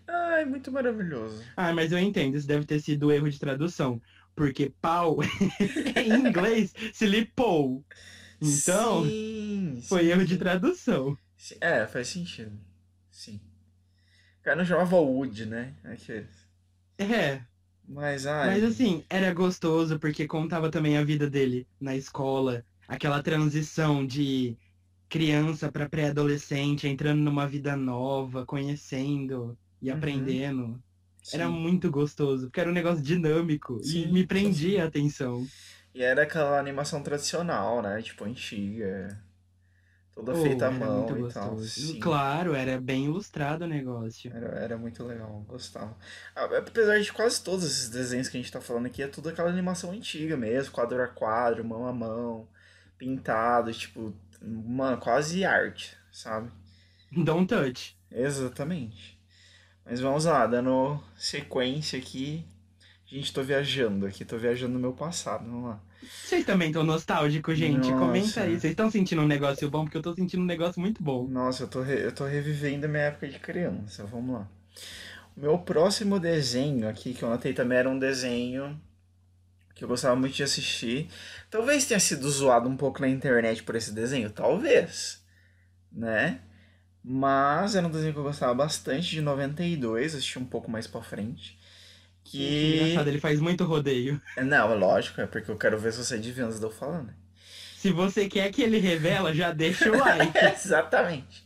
[SPEAKER 2] Ai, muito maravilhoso.
[SPEAKER 1] Ah, mas eu entendo, isso deve ter sido erro de tradução. Porque pau em inglês se lipou. Então,
[SPEAKER 2] Sim,
[SPEAKER 1] foi
[SPEAKER 2] sim,
[SPEAKER 1] erro de
[SPEAKER 2] sim.
[SPEAKER 1] tradução.
[SPEAKER 2] Sim, É, faz sentido. Sim. O cara não chamava Wood, né? Aqueles.
[SPEAKER 1] É,
[SPEAKER 2] Mas, ai.
[SPEAKER 1] Mas assim, era gostoso porque contava também a vida dele na escola, aquela transição de criança pra pré-adolescente, entrando numa vida nova, conhecendo e
[SPEAKER 2] Uhum.
[SPEAKER 1] aprendendo.
[SPEAKER 2] sim.
[SPEAKER 1] Era muito gostoso, porque era um negócio um dinâmico
[SPEAKER 2] Sim,
[SPEAKER 1] e me
[SPEAKER 2] sim,
[SPEAKER 1] prendia a atenção.
[SPEAKER 2] E era aquela animação tradicional, né? Tipo, antiga. Toda
[SPEAKER 1] Pô,
[SPEAKER 2] feita à
[SPEAKER 1] era
[SPEAKER 2] mão
[SPEAKER 1] muito
[SPEAKER 2] e tal.
[SPEAKER 1] gostoso.
[SPEAKER 2] Sim.
[SPEAKER 1] Claro, era bem ilustrado o negócio.
[SPEAKER 2] Era, era muito legal, gostava. A- Apesar de quase todos esses desenhos que a gente tá falando aqui, é tudo aquela animação antiga mesmo, quadro a quadro, mão a mão, pintado, tipo, mano, quase arte, sabe?
[SPEAKER 1] Don't touch.
[SPEAKER 2] Exatamente. Mas vamos lá, dando sequência aqui. Gente, tô viajando aqui, tô viajando no meu passado, vamos lá.
[SPEAKER 1] Vocês também estão nostálgicos, gente.
[SPEAKER 2] Nossa.
[SPEAKER 1] Comenta aí. Vocês estão sentindo um negócio bom? Porque eu tô sentindo um negócio muito bom.
[SPEAKER 2] Nossa, eu tô, re- eu tô revivendo a minha época de criança. Vamos lá. O meu próximo desenho aqui que eu anotei também era um desenho que eu gostava muito de assistir. Talvez tenha sido zoado um pouco na internet por esse desenho, talvez, né? Mas era um desenho que eu gostava bastante de 92, assisti um pouco mais pra frente. Que.
[SPEAKER 1] Engraçado, ele faz muito rodeio.
[SPEAKER 2] Não, é lógico, é porque eu quero ver se você adivinha antes de eu falar, né?
[SPEAKER 1] Se você quer que ele revela, já deixa o like.
[SPEAKER 2] Exatamente.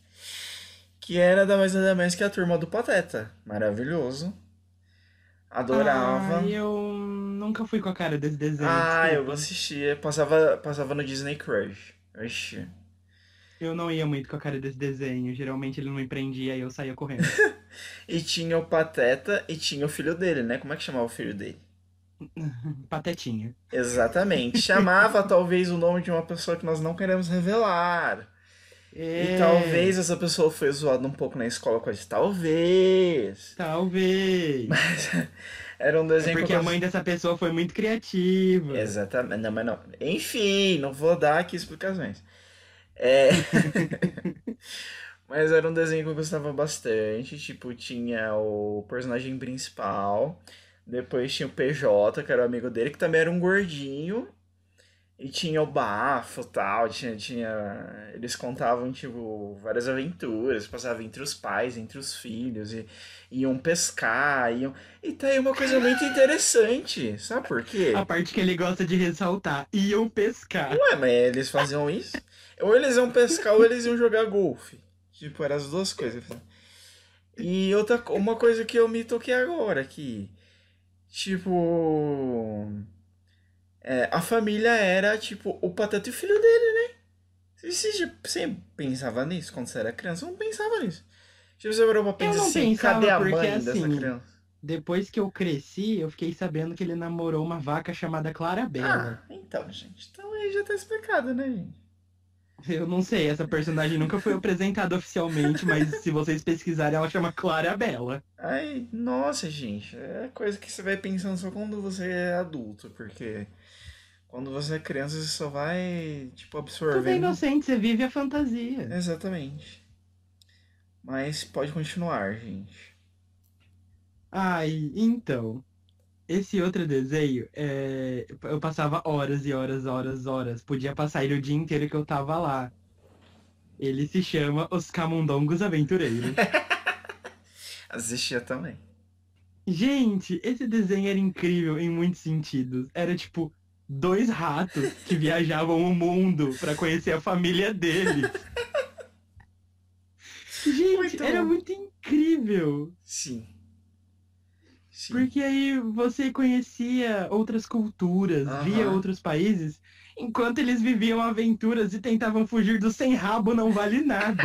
[SPEAKER 2] Que era da mais nada mais que é a turma do Pateta. Maravilhoso. Adorava.
[SPEAKER 1] Ah, eu nunca fui com a cara desse desenho. Tipo,
[SPEAKER 2] Ah, eu
[SPEAKER 1] desculpa.
[SPEAKER 2] assistia. Passava, passava no Disney Crush. Oxi.
[SPEAKER 1] Eu não ia muito com a cara desse desenho. Geralmente ele não me prendia e eu saía correndo.
[SPEAKER 2] E tinha o Pateta e tinha o filho dele, né? Como é que chamava o filho dele?
[SPEAKER 1] Patetinha.
[SPEAKER 2] Exatamente. Chamava talvez o nome de uma pessoa que nós não queremos revelar. E
[SPEAKER 1] É,
[SPEAKER 2] talvez essa pessoa foi zoada um pouco na escola com isso. Talvez.
[SPEAKER 1] É, Talvez.
[SPEAKER 2] Era um
[SPEAKER 1] É
[SPEAKER 2] desenho
[SPEAKER 1] porque
[SPEAKER 2] que eu
[SPEAKER 1] a mãe dessa pessoa foi muito criativa.
[SPEAKER 2] Exatamente. Não, mas não. Enfim, não vou dar aqui explicações. É. mas era um desenho que eu gostava bastante. Tipo, tinha o personagem principal. Depois tinha o PJ, que era o amigo dele, que também era um gordinho. E tinha o bafo tal, tinha, tinha. Eles contavam, tipo, várias aventuras, passavam entre os pais, entre os filhos, e iam pescar, iam. E tá aí uma coisa muito interessante. Sabe por quê?
[SPEAKER 1] A parte que ele gosta de ressaltar. Iam pescar.
[SPEAKER 2] Ué, mas eles faziam isso? Ou eles iam pescar ou eles iam jogar golfe. Tipo, eram as duas coisas. E outra, co- uma coisa que eu me toquei agora, que. Tipo. é, a família era, tipo, o pateta e o filho dele, né? Você, você, você pensava nisso quando você era criança? Eu não pensava nisso. Tipo, você parou pra pensar
[SPEAKER 1] não
[SPEAKER 2] assim,
[SPEAKER 1] pensava
[SPEAKER 2] cadê a
[SPEAKER 1] porque,
[SPEAKER 2] mãe dessa
[SPEAKER 1] assim,
[SPEAKER 2] criança?
[SPEAKER 1] Depois que eu cresci, eu fiquei sabendo que ele namorou uma vaca chamada Clara Bela.
[SPEAKER 2] Ah, então, gente. Então aí já tá explicado, né, gente?
[SPEAKER 1] Eu não sei, essa personagem nunca foi apresentada oficialmente, mas se vocês pesquisarem, ela chama Clara Bela.
[SPEAKER 2] Ai, nossa, gente, é coisa que você vai pensando só quando você é adulto, porque quando você é criança você só vai, tipo,
[SPEAKER 1] Tudo é
[SPEAKER 2] absorvendo.
[SPEAKER 1] inocente, você vive a fantasia.
[SPEAKER 2] Exatamente. Mas pode continuar, gente.
[SPEAKER 1] Ai, então. Esse outro desenho, é, eu passava horas e horas, horas, horas. Podia passar ele o dia inteiro que eu tava lá. Ele se chama Os Camundongos Aventureiros.
[SPEAKER 2] Assistia também.
[SPEAKER 1] Gente, esse desenho era incrível em muitos sentidos. Era tipo dois ratos que viajavam o mundo pra conhecer a família deles. Gente,
[SPEAKER 2] Muito
[SPEAKER 1] era
[SPEAKER 2] bom.
[SPEAKER 1] muito incrível.
[SPEAKER 2] Sim. Sim.
[SPEAKER 1] Porque aí você conhecia outras culturas,
[SPEAKER 2] Aham.
[SPEAKER 1] via outros países, enquanto eles viviam aventuras e tentavam fugir do sem rabo não vale nada.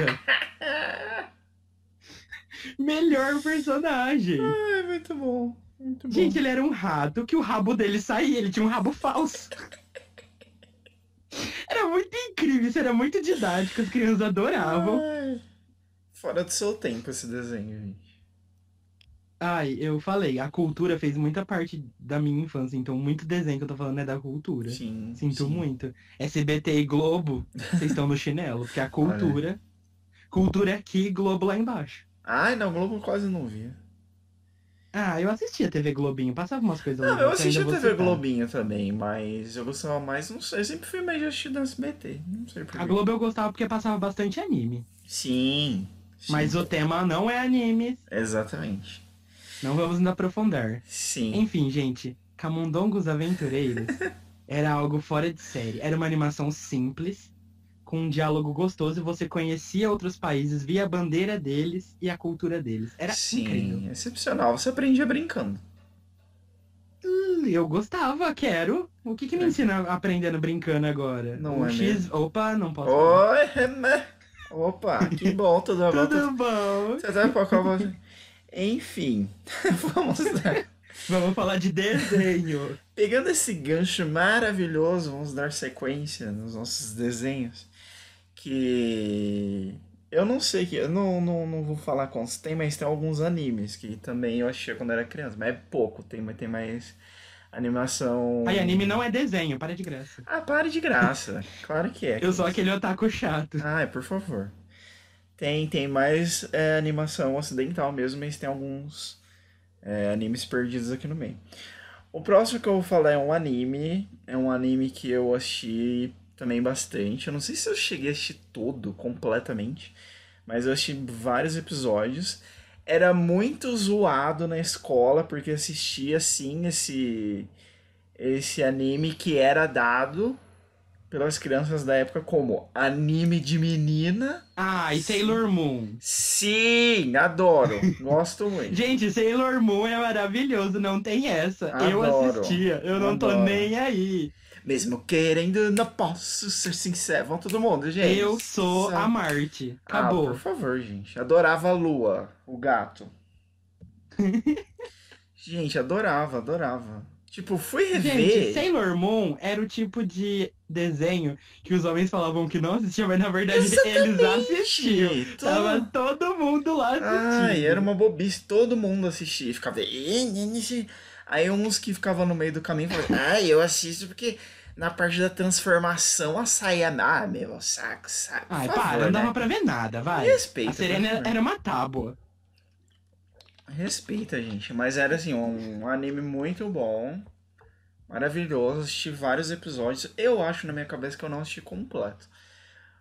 [SPEAKER 1] Melhor personagem.
[SPEAKER 2] É muito bom. Muito bom.
[SPEAKER 1] Gente, ele era um rato que o rabo dele saía, ele tinha um rabo falso. Era muito incrível, isso era muito didático, as crianças adoravam.
[SPEAKER 2] Ai. Fora do seu tempo esse desenho, gente.
[SPEAKER 1] Ai, eu falei, a cultura fez muita parte da minha infância, então muito desenho que eu tô falando é da cultura.
[SPEAKER 2] Sim.
[SPEAKER 1] Sinto
[SPEAKER 2] sim.
[SPEAKER 1] muito. SBT e Globo, vocês estão no chinelo, porque a cultura. Cultura é aqui, Globo lá embaixo.
[SPEAKER 2] Ai, não, Globo eu quase não via.
[SPEAKER 1] Ah, eu assistia TV Globinho, passava umas coisas
[SPEAKER 2] Não,
[SPEAKER 1] legais,
[SPEAKER 2] eu
[SPEAKER 1] que
[SPEAKER 2] assistia
[SPEAKER 1] ainda vou
[SPEAKER 2] TV
[SPEAKER 1] citar.
[SPEAKER 2] Globinho também, mas eu gostava mais, não sei, eu sempre fui mais de assistir do SBT, não sei porquê.
[SPEAKER 1] A Globo eu gostava porque passava bastante anime.
[SPEAKER 2] Sim, sim.
[SPEAKER 1] Mas o tema não é anime,
[SPEAKER 2] Exatamente.
[SPEAKER 1] não vamos nos aprofundar.
[SPEAKER 2] Sim.
[SPEAKER 1] Enfim, gente, Camundongos Aventureiros era algo fora de série. Era uma animação simples, com um diálogo gostoso, e você conhecia outros países, via a bandeira deles e a cultura deles. Era
[SPEAKER 2] sim,
[SPEAKER 1] incrível.
[SPEAKER 2] excepcional. Você aprendia brincando.
[SPEAKER 1] "Hum, eu gostava, quero. O que que me ensina aprendendo brincando agora?
[SPEAKER 2] É. Não
[SPEAKER 1] um
[SPEAKER 2] é
[SPEAKER 1] X, opa, não posso.
[SPEAKER 2] Oi, né? Opa, que bom, tudo bom?
[SPEAKER 1] Tudo bom?
[SPEAKER 2] Você sabe pra qual você... Enfim, vamos dar...
[SPEAKER 1] Vamos falar de desenho.
[SPEAKER 2] Pegando esse gancho maravilhoso, vamos dar sequência nos nossos desenhos. Que... Eu não sei, que eu não, não, não vou falar quantos tem, mas tem alguns animes que também eu achei quando era criança. Mas é pouco, tem, mas tem mais animação...
[SPEAKER 1] Aí, anime não é desenho, para de graça.
[SPEAKER 2] Ah, pare de graça. Claro que é.
[SPEAKER 1] Eu sou aquele otaku chato.
[SPEAKER 2] Ah, é, por favor. Tem, tem mais é, animação ocidental mesmo, mas tem alguns é, animes perdidos aqui no meio. O próximo que eu vou falar é um anime. É um anime que eu assisti também bastante. Eu não sei se eu cheguei a assistir todo completamente, mas eu assisti vários episódios. Era muito zoado na escola, porque assistia assim esse, esse anime que era dado pelas crianças da época como anime de menina.
[SPEAKER 1] Ah, e Sailor Moon.
[SPEAKER 2] Sim, adoro. Gosto muito.
[SPEAKER 1] Gente, Sailor Moon é maravilhoso, não tem essa. Eu
[SPEAKER 2] Adoro.
[SPEAKER 1] assistia, eu não tô
[SPEAKER 2] Adoro.
[SPEAKER 1] nem aí.
[SPEAKER 2] Mesmo querendo, não posso ser sincero. Vamos todo mundo, gente. é
[SPEAKER 1] eu sou a Marte.
[SPEAKER 2] Ah,
[SPEAKER 1] Acabou.
[SPEAKER 2] por favor, gente. Adorava a lua, o gato. gente, adorava, adorava. Tipo, fui
[SPEAKER 1] Gente,
[SPEAKER 2] rever.
[SPEAKER 1] Sailor Moon era o tipo de desenho que os homens falavam que não assistiam, mas na verdade eles
[SPEAKER 2] Exatamente.
[SPEAKER 1] assistiam.
[SPEAKER 2] Todo-
[SPEAKER 1] Tava todo mundo lá assistindo.
[SPEAKER 2] Ai, era uma bobice, todo mundo assistia, e ficava. "Ih, nhe, nhe, nhe". Aí uns que ficavam no meio do caminho falavam, ai, eu assisto porque na parte da transformação a Sayana, ah, meu, saco, saco. por
[SPEAKER 1] Ai,
[SPEAKER 2] favor,
[SPEAKER 1] para, não
[SPEAKER 2] né?
[SPEAKER 1] dava pra ver nada, vai.
[SPEAKER 2] Respeita.
[SPEAKER 1] A Serena é
[SPEAKER 2] por favor.
[SPEAKER 1] era uma tábua.
[SPEAKER 2] Respeita, gente. Mas era assim, um anime muito bom. Maravilhoso. Assisti vários episódios. Eu acho na minha cabeça que eu não assisti completo.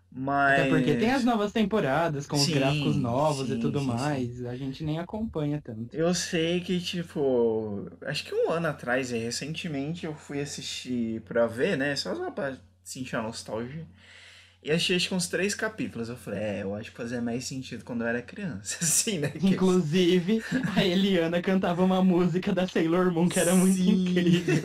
[SPEAKER 2] Mas.
[SPEAKER 1] Até porque tem as novas temporadas, com
[SPEAKER 2] Sim,
[SPEAKER 1] os gráficos novos
[SPEAKER 2] sim,
[SPEAKER 1] e tudo
[SPEAKER 2] sim, sim.
[SPEAKER 1] mais. A gente nem acompanha tanto.
[SPEAKER 2] Eu sei que, tipo, acho que um ano atrás, aí, recentemente, eu fui assistir pra ver, né? Só só pra sentir a nostalgia. E achei acho que uns três capítulos. Eu falei, é, eu acho que fazia mais sentido quando eu era criança. Assim, né? Que-
[SPEAKER 1] Inclusive, a Eliana cantava uma música da Sailor Moon que era muito
[SPEAKER 2] Sim.
[SPEAKER 1] incrível.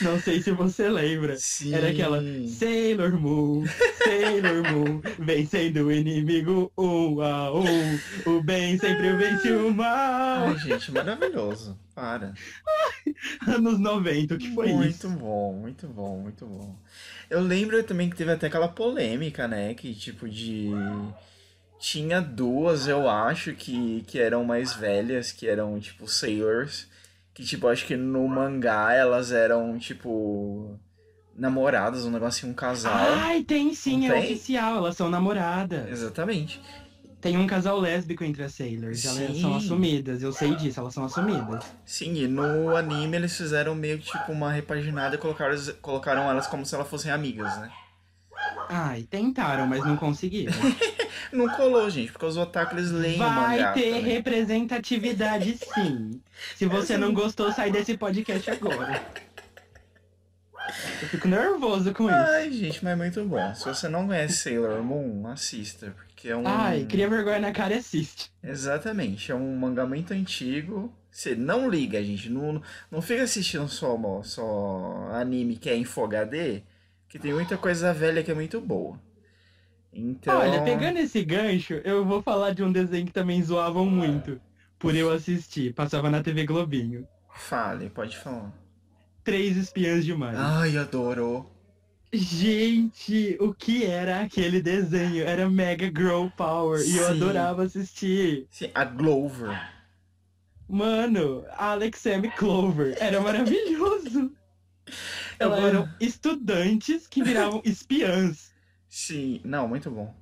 [SPEAKER 1] Não sei se você lembra.
[SPEAKER 2] Sim.
[SPEAKER 1] Era aquela Sailor Moon, Sailor Moon, vencendo o inimigo um a um. O bem
[SPEAKER 2] Ah.
[SPEAKER 1] sempre vence o mal.
[SPEAKER 2] Ai, gente, maravilhoso. Para.
[SPEAKER 1] Anos 90, o que foi
[SPEAKER 2] muito
[SPEAKER 1] isso?
[SPEAKER 2] bom, muito bom, muito bom. Eu lembro também que teve até aquela polêmica, né? Que tipo de. Tinha duas, eu acho, que, que eram mais velhas, que eram tipo Sailors. Que tipo, acho que no mangá elas eram tipo. Namoradas, um negócio assim, um casal.
[SPEAKER 1] Ai, tem sim,
[SPEAKER 2] Não
[SPEAKER 1] é
[SPEAKER 2] tem?
[SPEAKER 1] oficial, elas são namoradas.
[SPEAKER 2] Exatamente.
[SPEAKER 1] Tem um casal lésbico entre as Sailors, elas
[SPEAKER 2] Sim.
[SPEAKER 1] são assumidas, eu sei disso, elas são assumidas.
[SPEAKER 2] Sim, e no anime eles fizeram meio que tipo uma repaginada e colocaram, colocaram elas como se elas fossem amigas, né?
[SPEAKER 1] Ai, tentaram, mas não conseguiram.
[SPEAKER 2] Não colou, gente, porque os otaku eles leem o mangá
[SPEAKER 1] Vai ter
[SPEAKER 2] também.
[SPEAKER 1] representatividade sim. Se você não gostou, sai desse podcast agora. Eu fico nervoso com isso.
[SPEAKER 2] Ai, gente, mas é muito bom. Se você não conhece Sailor Moon, assista, porque é um.
[SPEAKER 1] Ai, cria vergonha na cara e assiste.
[SPEAKER 2] Exatamente, é um mangá muito antigo. Você não liga, gente. Não, não fica assistindo só, só anime que é em Full HD, que tem muita coisa velha que é muito boa. Então.
[SPEAKER 1] Olha, pegando esse gancho, eu vou falar de um desenho que também zoavam muito. Por eu assistir, passava na TV Globinho.
[SPEAKER 2] Fale, pode falar.
[SPEAKER 1] Três espiãs demais.
[SPEAKER 2] Ai, adoro.
[SPEAKER 1] Gente, o que era aquele desenho? Era Mega Grow Power e eu
[SPEAKER 2] Sim.
[SPEAKER 1] adorava assistir.
[SPEAKER 2] Sim, A Glover.
[SPEAKER 1] Mano, a Alex M. Clover era maravilhoso.
[SPEAKER 2] Eu
[SPEAKER 1] Elas
[SPEAKER 2] vou-
[SPEAKER 1] eram estudantes que viravam espiãs.
[SPEAKER 2] Sim, não, muito bom.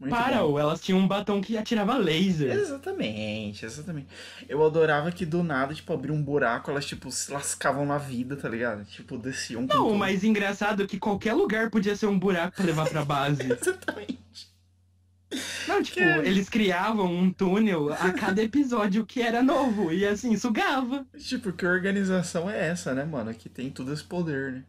[SPEAKER 2] Muito bom.
[SPEAKER 1] Para, ou elas tinham um batom que atirava laser.
[SPEAKER 2] Exatamente, exatamente. Eu adorava que do nada, tipo, abria um buraco, elas, tipo, se lascavam na vida, tá ligado? Tipo, desciam com
[SPEAKER 1] Não, o
[SPEAKER 2] tudo.
[SPEAKER 1] mais engraçado é que qualquer lugar podia ser um buraco pra levar pra base.
[SPEAKER 2] Exatamente.
[SPEAKER 1] Não, tipo,
[SPEAKER 2] Que-
[SPEAKER 1] eles criavam um túnel a cada episódio que era novo. E assim, sugava.
[SPEAKER 2] Tipo, que organização é essa, né, mano? Que tem tudo esse poder, né?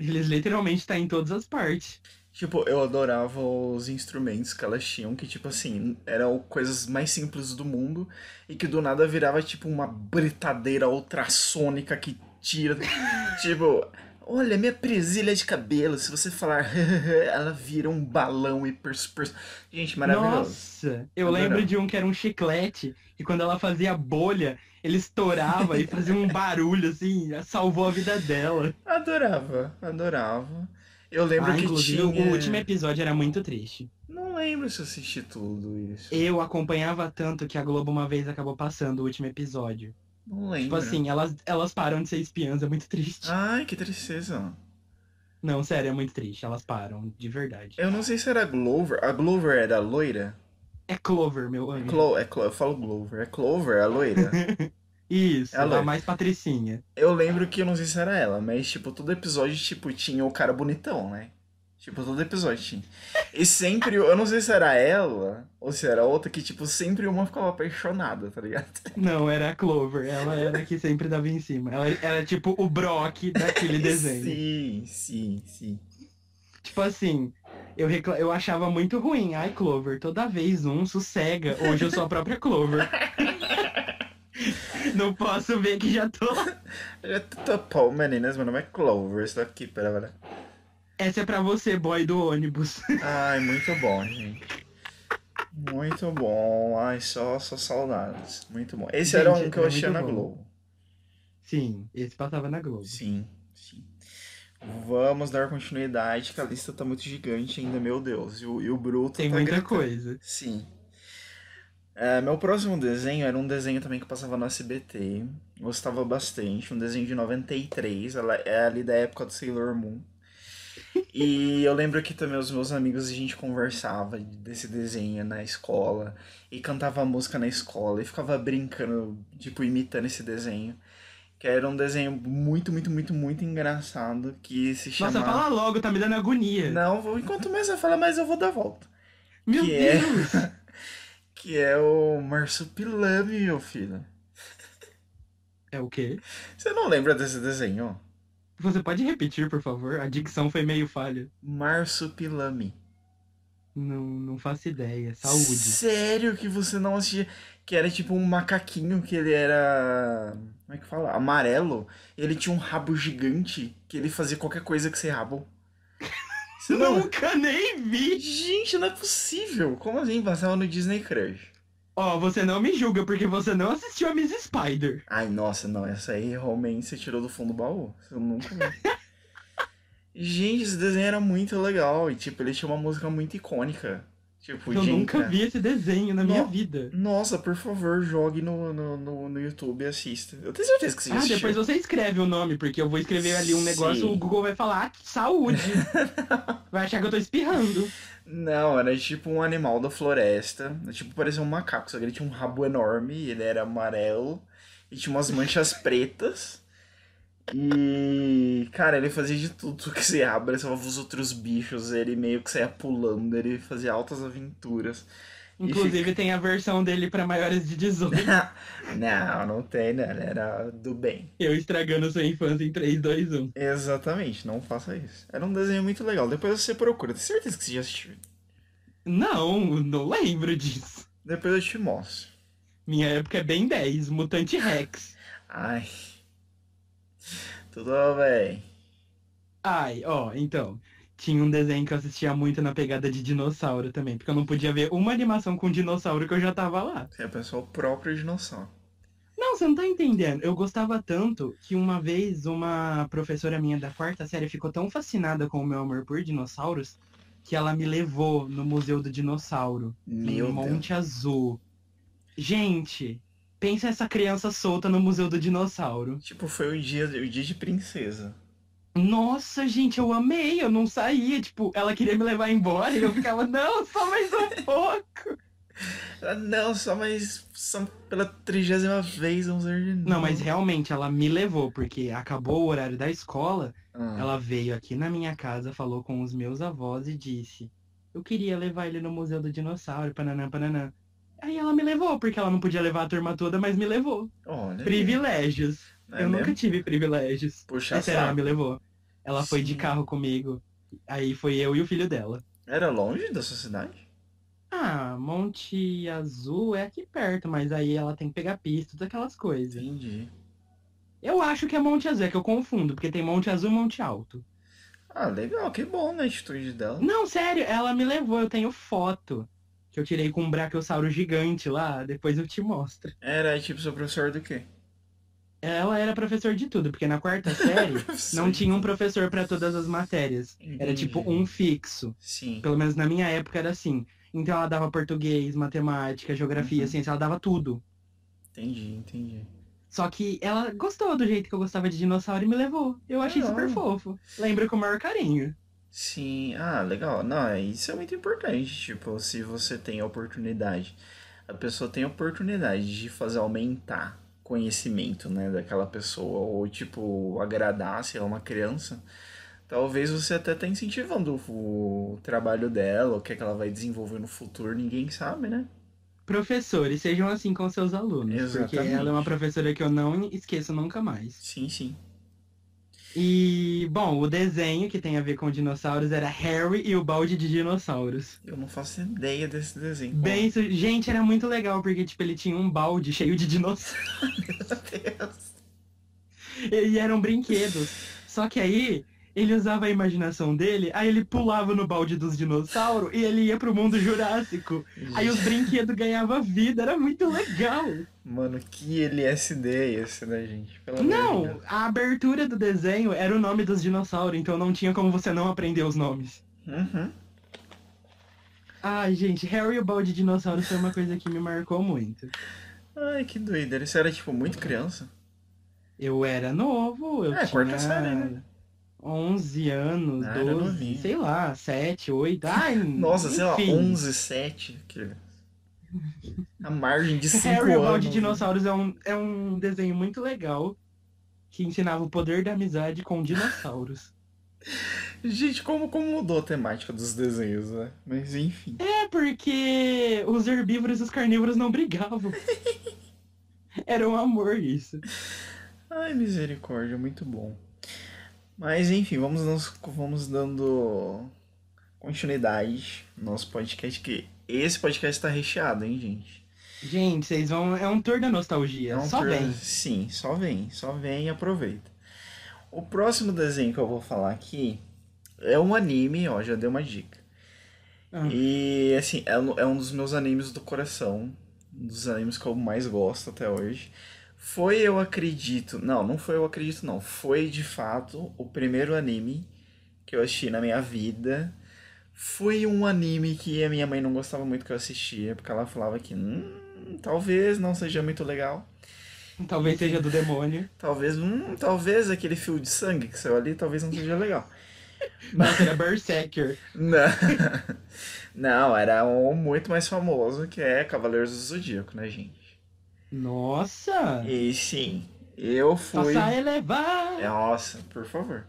[SPEAKER 1] Eles literalmente tá em todas as partes.
[SPEAKER 2] Tipo, eu adorava os instrumentos que elas tinham, que, tipo assim, eram coisas mais simples do mundo e que do nada virava, tipo, uma britadeira ultrassônica que tira. tipo, olha, minha presilha de cabelo, se você falar, ela vira um balão e pers, pers... Gente, maravilhoso. É
[SPEAKER 1] Nossa, eu
[SPEAKER 2] Adorava.
[SPEAKER 1] lembro de um que era um chiclete e quando ela fazia bolha, ele estourava e fazia um barulho assim, salvou a vida dela.
[SPEAKER 2] Adorava, adorava. Eu lembro
[SPEAKER 1] Ah,
[SPEAKER 2] que
[SPEAKER 1] inclusive,
[SPEAKER 2] tinha. um-
[SPEAKER 1] o último
[SPEAKER 2] é
[SPEAKER 1] episódio era muito triste.
[SPEAKER 2] Não lembro se eu assisti tudo isso.
[SPEAKER 1] Eu acompanhava tanto que a Globo uma vez acabou passando o último episódio.
[SPEAKER 2] Não lembro.
[SPEAKER 1] Tipo assim, elas, elas param de ser espiãs, é muito triste.
[SPEAKER 2] Ai, que tristeza.
[SPEAKER 1] Não, sério, é muito triste. Elas param, de verdade.
[SPEAKER 2] Eu não sei se era Glover. A Glover era a loira?
[SPEAKER 1] É Clover, meu anjo.
[SPEAKER 2] Clo é Clo eu falo Glover. É Clover, a loira?
[SPEAKER 1] Isso,
[SPEAKER 2] Ela
[SPEAKER 1] a
[SPEAKER 2] é.
[SPEAKER 1] mais patricinha.
[SPEAKER 2] Eu lembro que eu não sei se era ela, mas, tipo, todo episódio, tipo, tinha o cara bonitão, né? Tipo, todo episódio tinha. E sempre, eu não sei se era ela ou se era outra, que, tipo, sempre uma ficava apaixonada, tá ligado?
[SPEAKER 1] Não, era a Clover. Ela era a que sempre dava em cima. Ela era tipo o Brock daquele desenho.
[SPEAKER 2] Sim, sim, sim.
[SPEAKER 1] Tipo assim, eu, recla... eu achava muito ruim. Ai, Clover, toda vez um sossega. Hoje eu sou a própria Clover. Não posso ver que já tô.
[SPEAKER 2] Já tô, pô, meninas, meu nome é Clover, isso daqui, pera, pera.
[SPEAKER 1] Essa é pra você, boy do ônibus.
[SPEAKER 2] Ai, muito bom, gente. Muito bom. Ai, só, só saudades. Muito bom. Esse era
[SPEAKER 1] Gente,
[SPEAKER 2] um que eu
[SPEAKER 1] é
[SPEAKER 2] achei
[SPEAKER 1] muito
[SPEAKER 2] na
[SPEAKER 1] bom.
[SPEAKER 2] Globo.
[SPEAKER 1] Sim, esse passava na Globo.
[SPEAKER 2] Sim, sim. Vamos dar continuidade, que a lista tá muito gigante ainda, meu Deus. E o, e o Bruto
[SPEAKER 1] Tem
[SPEAKER 2] tá
[SPEAKER 1] muita
[SPEAKER 2] gritando.
[SPEAKER 1] coisa.
[SPEAKER 2] Sim. É, meu próximo desenho era um desenho também que passava no SBT. Gostava bastante. Um desenho de 93. Ela é ali da época do Sailor Moon. E eu lembro que também os meus amigos a gente conversava desse desenho na escola. E cantava música na escola. E ficava brincando, tipo, imitando esse desenho. Que era um desenho muito, muito, muito, muito engraçado. Que se
[SPEAKER 1] Nossa,
[SPEAKER 2] chamava.
[SPEAKER 1] fala logo, tá me dando agonia.
[SPEAKER 2] Não, vou- enquanto mais eu falar, mais eu vou dar a volta.
[SPEAKER 1] Meu
[SPEAKER 2] que é-
[SPEAKER 1] Deus!
[SPEAKER 2] Que é o Marsupilame, meu filho.
[SPEAKER 1] É... o quê?
[SPEAKER 2] Você não lembra desse desenho?
[SPEAKER 1] Você pode repetir, por favor? A dicção foi meio falha.
[SPEAKER 2] Marsupilame.
[SPEAKER 1] Não, não faço ideia. Saúde.
[SPEAKER 2] Sério que você não assistia? Que era tipo um macaquinho que ele era. Como é que fala? Amarelo. Ele tinha um rabo gigante que ele fazia qualquer coisa com esse rabo. Você não.
[SPEAKER 1] Nunca nem vi!
[SPEAKER 2] Gente, não é possível! Como assim? Passava no Disney Crush.
[SPEAKER 1] Ó, você não me julga porque você não assistiu a Miss Spider.
[SPEAKER 2] Ai, nossa, não, essa aí realmente você tirou do fundo do baú. Eu nunca vi. Gente, esse desenho era muito legal. E, tipo, ele tinha uma música muito icônica. Tipo,
[SPEAKER 1] Eu
[SPEAKER 2] gente,
[SPEAKER 1] nunca vi esse desenho na minha
[SPEAKER 2] No-
[SPEAKER 1] vida.
[SPEAKER 2] Nossa, por favor, jogue no, no, no, no YouTube e assista. Eu tenho certeza que você já
[SPEAKER 1] Ah,
[SPEAKER 2] assistiu.
[SPEAKER 1] depois você escreve o nome, porque eu vou escrever ali um negócio,
[SPEAKER 2] Sim.
[SPEAKER 1] o Google vai falar "Ah, saúde. vai achar que eu tô espirrando.
[SPEAKER 2] Não, era tipo um animal da floresta. Tipo, parecia um macaco, só que ele tinha um rabo enorme, ele era amarelo e tinha umas manchas pretas. E, cara, ele fazia de tudo que se abre, ele salvava os outros bichos, ele meio que saía pulando, ele fazia altas aventuras.
[SPEAKER 1] Inclusive tem a versão dele pra maiores de 18.
[SPEAKER 2] Não, não tem, né? Ele era do bem.
[SPEAKER 1] Eu estragando sua infância em um. 3, 2, 1.
[SPEAKER 2] Exatamente, não faça isso. Era um desenho muito legal. Depois você procura, tenho certeza que você já assistiu.
[SPEAKER 1] Não, não lembro disso.
[SPEAKER 2] Depois eu te mostro.
[SPEAKER 1] Minha época é bem 10, Mutante Rex.
[SPEAKER 2] Ai. Tudo bem.
[SPEAKER 1] Ai, ó, então. Tinha um desenho que eu assistia muito na pegada de dinossauro também, porque eu não podia ver uma animação com dinossauro que eu já tava lá.
[SPEAKER 2] Você é a pessoa própria de noção.
[SPEAKER 1] Não, você não tá entendendo. Eu gostava tanto que uma vez uma professora minha da quarta série ficou tão fascinada com o meu amor por dinossauros que ela me levou no Museu do Dinossauro, em
[SPEAKER 2] Meu Deus.
[SPEAKER 1] Monte Azul. Gente, pensa essa criança solta no Museu do Dinossauro.
[SPEAKER 2] Tipo, foi o dia, o dia de princesa.
[SPEAKER 1] Nossa, gente, eu amei, eu não saía. Tipo, ela queria me levar embora e eu ficava, não, só mais um pouco.
[SPEAKER 2] Ah, não, só mais. Só pela trigésima vez vamos ver de novo.
[SPEAKER 1] Não, mas realmente ela me levou, porque acabou o horário da escola,
[SPEAKER 2] Ah,
[SPEAKER 1] ela veio aqui na minha casa, falou com os meus avós e disse: Eu queria levar ele no Museu do Dinossauro, pananã, pananã. Aí ela me levou, porque ela não podia levar a turma toda, mas me levou.
[SPEAKER 2] Olha.
[SPEAKER 1] Privilégios.
[SPEAKER 2] É
[SPEAKER 1] eu
[SPEAKER 2] mesmo?
[SPEAKER 1] nunca tive privilégios.
[SPEAKER 2] Puxa
[SPEAKER 1] É sério, ela
[SPEAKER 2] saco.
[SPEAKER 1] me levou. Ela foi de
[SPEAKER 2] Sim.
[SPEAKER 1] carro comigo. Aí foi eu e o filho dela.
[SPEAKER 2] Era longe da sua cidade?
[SPEAKER 1] Ah, Monte Azul é aqui perto, mas aí ela tem que pegar pista, todas aquelas coisas.
[SPEAKER 2] Entendi.
[SPEAKER 1] Eu acho que é Monte Azul, é que eu confundo, porque tem Monte Azul e Monte Alto.
[SPEAKER 2] Ah, legal, que bom né, a atitude dela.
[SPEAKER 1] Não, sério, ela me levou, eu tenho foto que eu tirei com um brachiosauro gigante lá, depois eu te mostro.
[SPEAKER 2] Era tipo seu professor do quê?
[SPEAKER 1] Ela era professor de tudo, porque na quarta série não tinha um professor pra todas as matérias. Era tipo um fixo.
[SPEAKER 2] Sim.
[SPEAKER 1] Pelo menos na minha época era assim. Então ela dava português, matemática, geografia,
[SPEAKER 2] Uhum.
[SPEAKER 1] ciência, ela dava tudo.
[SPEAKER 2] Entendi, entendi.
[SPEAKER 1] Só que ela gostou do jeito que eu gostava de dinossauro e me levou. Eu achei
[SPEAKER 2] Caralho.
[SPEAKER 1] super fofo. Lembro com o maior carinho.
[SPEAKER 2] Sim, ah, legal. Não, é- isso é muito importante. Tipo, se você tem a oportunidade, a pessoa tem a oportunidade de fazer aumentar conhecimento, né, daquela pessoa, ou tipo, agradar, se é uma criança, talvez você até tá incentivando o, o trabalho dela, o que é que ela vai desenvolver no futuro, ninguém sabe, né?
[SPEAKER 1] Professores, sejam assim com seus alunos. Porque
[SPEAKER 2] Exatamente.
[SPEAKER 1] ela é uma professora que eu não esqueço nunca mais.
[SPEAKER 2] Sim, sim.
[SPEAKER 1] E, bom, o desenho que tem a ver com dinossauros era Harry e o balde de dinossauros.
[SPEAKER 2] Eu não faço ideia desse desenho.
[SPEAKER 1] Bem, su- gente, era muito legal, porque, tipo, ele tinha um balde cheio de dinossauros.
[SPEAKER 2] Meu Deus.
[SPEAKER 1] E eram brinquedos. Só que aí, ele usava a imaginação dele, aí ele pulava no balde dos dinossauros e ele ia pro mundo jurássico. Aí os brinquedos ganhavam vida, era muito legal.
[SPEAKER 2] Mano, que LSD é esse, né, gente? Pelo amor de Deus.
[SPEAKER 1] Não, a abertura do desenho era o nome dos dinossauros, então não tinha como você não aprender os nomes.
[SPEAKER 2] Uhum.
[SPEAKER 1] Ai, gente, Harry e o balde de dinossauros foi uma coisa que me marcou muito.
[SPEAKER 2] Ai, que doideira. Isso era, tipo, muito criança.
[SPEAKER 1] Eu era novo, eu
[SPEAKER 2] É,
[SPEAKER 1] tinha
[SPEAKER 2] quarta série, né?
[SPEAKER 1] 11 anos,
[SPEAKER 2] Ah, era
[SPEAKER 1] 12,
[SPEAKER 2] novinho.
[SPEAKER 1] sei lá, 7, 8, ai,
[SPEAKER 2] Nossa, sei lá,
[SPEAKER 1] enfim.
[SPEAKER 2] 11, 7. Que... A margem de 5
[SPEAKER 1] Harry e o balde de
[SPEAKER 2] anos. né?
[SPEAKER 1] dinossauros é um, é um desenho muito legal que ensinava o poder da amizade com dinossauros.
[SPEAKER 2] Gente, como, como mudou a temática dos desenhos, né? Mas enfim.
[SPEAKER 1] É porque os herbívoros e os carnívoros não brigavam. Era um amor isso.
[SPEAKER 2] Ai, misericórdia, muito bom. Mas enfim, vamos, nos- vamos dando continuidade no nosso podcast, que esse podcast tá recheado, hein, gente?
[SPEAKER 1] Gente, vocês vão. É um tour da nostalgia.
[SPEAKER 2] Não
[SPEAKER 1] Só
[SPEAKER 2] por-
[SPEAKER 1] bem.
[SPEAKER 2] Sim, só vem, só vem e aproveita. O próximo desenho que eu vou falar aqui é um anime, ó, já dei uma dica.
[SPEAKER 1] Ah.
[SPEAKER 2] E assim, é, um- é um dos meus animes do coração, um dos animes que eu mais gosto até hoje. Foi eu acredito, não, não foi eu acredito não, foi de fato o primeiro anime que eu assisti na minha vida. Foi um anime que a minha mãe não gostava muito que eu assistia, porque ela falava que "Hum, talvez não seja muito legal.
[SPEAKER 1] Talvez seja do demônio.
[SPEAKER 2] Talvez, hum, talvez aquele fio de sangue que saiu ali, talvez não seja legal.
[SPEAKER 1] Nossa, era é Berserker.
[SPEAKER 2] Não, não era um muito mais famoso que é Cavaleiros do Zodíaco, né, gente?
[SPEAKER 1] Nossa!
[SPEAKER 2] E sim, eu fui.
[SPEAKER 1] Nossa, elevar!
[SPEAKER 2] Nossa, por favor.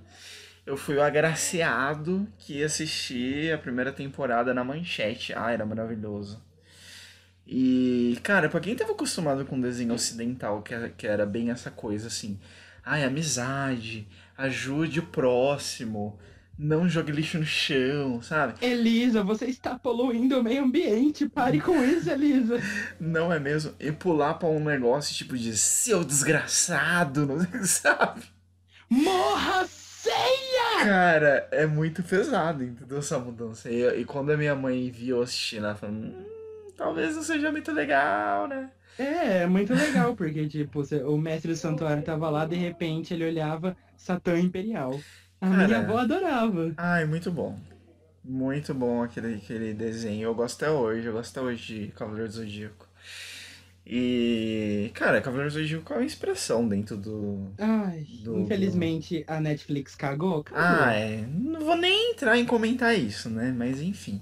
[SPEAKER 2] Eu fui o agraciado que assisti a primeira temporada na manchete. Ah, era maravilhoso. E, cara, pra quem tava acostumado com desenho ocidental, que era, que era bem essa coisa assim. Ai, amizade, ajude o próximo, não jogue lixo no chão, sabe?
[SPEAKER 1] Elisa, você está poluindo o meio ambiente. Pare com isso, Elisa.
[SPEAKER 2] Não é mesmo? E pular pra um negócio tipo de seu desgraçado, não sei, sabe?
[SPEAKER 1] Morra sem!
[SPEAKER 2] Cara, é muito pesado, entendeu? Essa mudança. E, e quando a minha mãe viu eu assistindo, ela falou: hum, talvez não seja muito legal, né?
[SPEAKER 1] É, é muito legal, porque, tipo, você- o mestre do santuário tava lá, de repente ele olhava Satã Imperial. A
[SPEAKER 2] Cara.
[SPEAKER 1] minha avó adorava.
[SPEAKER 2] Ai, muito bom. Muito bom aquele, aquele desenho. Eu gosto até hoje, eu gosto até hoje de Cavaleiro do Zodíaco. E, cara, Cavaleiro do Zodíaco é uma expressão dentro do.
[SPEAKER 1] Ai,
[SPEAKER 2] Do-
[SPEAKER 1] infelizmente a Netflix cagou. cagou.
[SPEAKER 2] Ah, é. Não vou nem entrar em comentar isso, né? Mas enfim.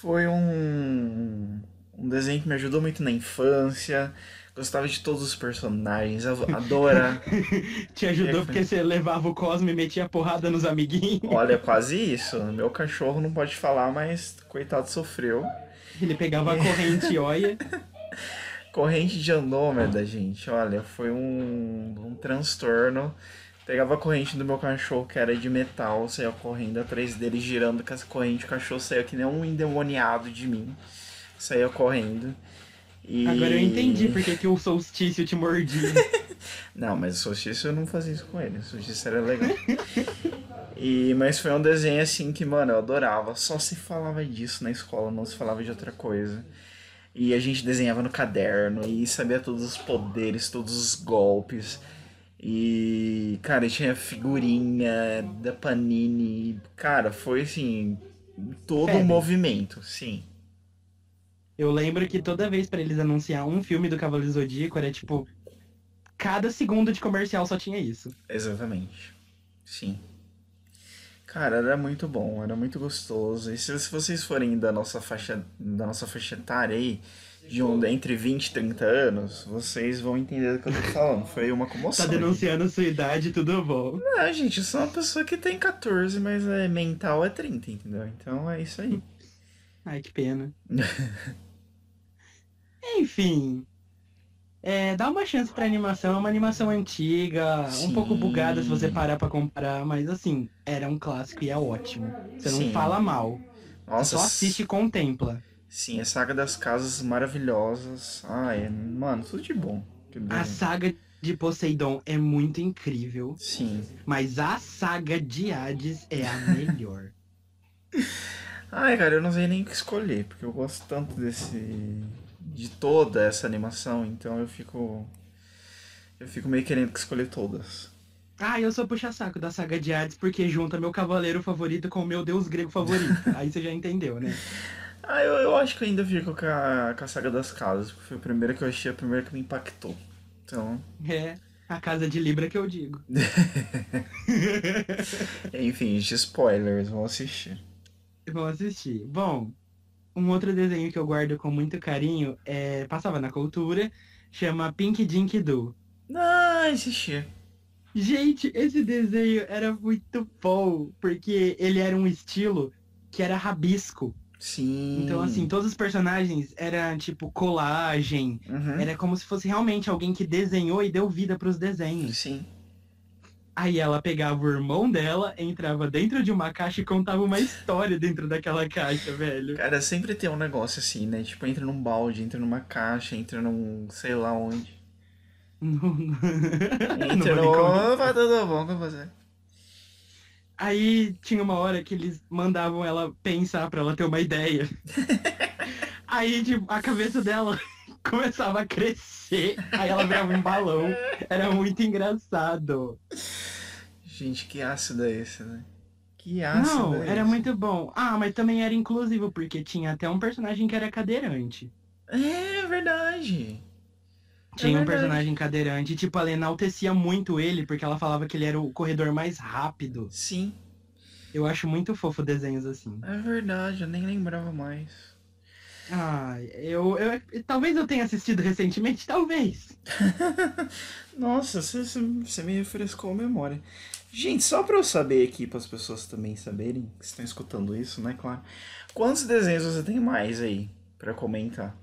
[SPEAKER 2] Foi um, um desenho que me ajudou muito na infância. Gostava de todos os personagens. av- Adora.
[SPEAKER 1] Te
[SPEAKER 2] é
[SPEAKER 1] ajudou
[SPEAKER 2] que-
[SPEAKER 1] porque você levava o Cosme e metia porrada nos amiguinhos.
[SPEAKER 2] Olha, é quase isso. Meu cachorro não pode falar, mas coitado sofreu.
[SPEAKER 1] Ele pegava a corrente e olha.
[SPEAKER 2] Corrente de Andômeda, gente. Olha, foi um, um transtorno. Até Pegava a corrente do meu cachorro, que era de metal, saía correndo atrás dele, girando com essa corrente. O cachorro saía que nem um endemoniado de mim. Saía correndo. E...
[SPEAKER 1] Agora eu entendi porque que o solstício te mordia.
[SPEAKER 2] Não, mas o solstício eu não fazia isso com ele. O solstício era legal. E, mas foi um desenho assim que, mano, eu adorava. Só se falava disso na escola, não se falava de outra coisa. E a gente desenhava no caderno e sabia todos os poderes, todos os golpes. E, cara, tinha figurinha da Panini. Cara, foi assim. Todo o
[SPEAKER 1] Febre.
[SPEAKER 2] movimento, sim.
[SPEAKER 1] Eu lembro que toda vez pra eles anunciar um filme do Cavaleiro Zodíaco era tipo. Cada segundo de comercial só tinha isso. Tá
[SPEAKER 2] Exatamente. Sim. Cara, era muito bom, era muito gostoso. E se, se vocês forem da nossa faixa, da nossa faixa etária aí, de um, entre 20 e 30 anos, vocês vão entender do que eu tô falando. Foi uma
[SPEAKER 1] Tá
[SPEAKER 2] comoção.
[SPEAKER 1] denunciando sua idade, tudo bom.
[SPEAKER 2] Não, gente, eu sou uma pessoa que tem 14, mas é, mental é 30, entendeu? Então é isso aí.
[SPEAKER 1] Ai, que pena. Enfim. É, dá uma chance pra animação. É uma animação antiga, um
[SPEAKER 2] Sim.
[SPEAKER 1] pouco bugada se você parar pra comparar, mas assim, era um clássico e é ótimo. Você não
[SPEAKER 2] Sim.
[SPEAKER 1] fala mal.
[SPEAKER 2] Nossa,
[SPEAKER 1] Só assiste e contempla.
[SPEAKER 2] sim, a saga das casas maravilhosas. Ai, mano, tudo de bom. Que
[SPEAKER 1] A
[SPEAKER 2] desenho.
[SPEAKER 1] saga de Poseidon é muito incrível,
[SPEAKER 2] Sim.
[SPEAKER 1] mas a saga de Hades é a melhor.
[SPEAKER 2] Ai, cara, eu não sei nem o que escolher, porque eu gosto tanto desse. de toda essa animação, então eu fico. Eu fico meio querendo que escolher todas.
[SPEAKER 1] ah, eu sou puxa-saco da saga de Hades porque junta meu cavaleiro favorito com o meu deus grego favorito. Aí você já entendeu, né?
[SPEAKER 2] Ah, eu, eu acho que eu ainda fico com a, com a Saga das Casas, porque foi a primeira que eu achei, a primeira que me impactou. Então,
[SPEAKER 1] É a casa de Libra que eu digo.
[SPEAKER 2] enfim, gente, spoilers, vão assistir.
[SPEAKER 1] Vão assistir. Bom, um outro desenho que eu guardo com muito carinho é. Passava na cultura, chama Pink Dink Doo.
[SPEAKER 2] Ah, assisti.
[SPEAKER 1] Gente, esse desenho era muito bom, porque ele era um estilo que era rabisco.
[SPEAKER 2] Sim.
[SPEAKER 1] Então, assim, todos os personagens eram tipo colagem.
[SPEAKER 2] Uhum.
[SPEAKER 1] Era como se fosse realmente alguém que desenhou e deu vida pros desenhos.
[SPEAKER 2] Sim.
[SPEAKER 1] Aí ela pegava o irmão dela, entrava dentro de uma caixa e contava uma história dentro daquela caixa, velho.
[SPEAKER 2] Cara, sempre tem um negócio assim, né? Tipo, entra num balde, entra numa caixa, entra num. sei lá onde.
[SPEAKER 1] No, no...
[SPEAKER 2] Entra
[SPEAKER 1] no manicômio.
[SPEAKER 2] no. Vai tudo bom com você.
[SPEAKER 1] Aí tinha uma hora que eles mandavam ela pensar pra ela ter uma ideia. Aí tipo, a cabeça dela começava a crescer, aí ela virava um balão. Era muito engraçado.
[SPEAKER 2] Gente, que ácido é esse, né? Que ácido
[SPEAKER 1] Não,
[SPEAKER 2] é esse?
[SPEAKER 1] era muito bom. Ah, mas também era inclusivo, porque tinha até um personagem que era cadeirante.
[SPEAKER 2] É verdade. É
[SPEAKER 1] Tinha um
[SPEAKER 2] verdade.
[SPEAKER 1] personagem cadeirante, e, tipo, ela enaltecia muito ele, porque ela falava que ele era o corredor mais rápido.
[SPEAKER 2] Sim,
[SPEAKER 1] Eu acho muito fofo desenhos assim.
[SPEAKER 2] é verdade, eu nem lembrava mais.
[SPEAKER 1] Ah, eu, eu. Talvez eu tenha assistido recentemente, talvez.
[SPEAKER 2] Nossa, você, você- você me refrescou a memória. Gente, só pra eu saber aqui, para as pessoas também saberem, que estão escutando isso, né, claro. Quantos desenhos você tem mais aí pra comentar?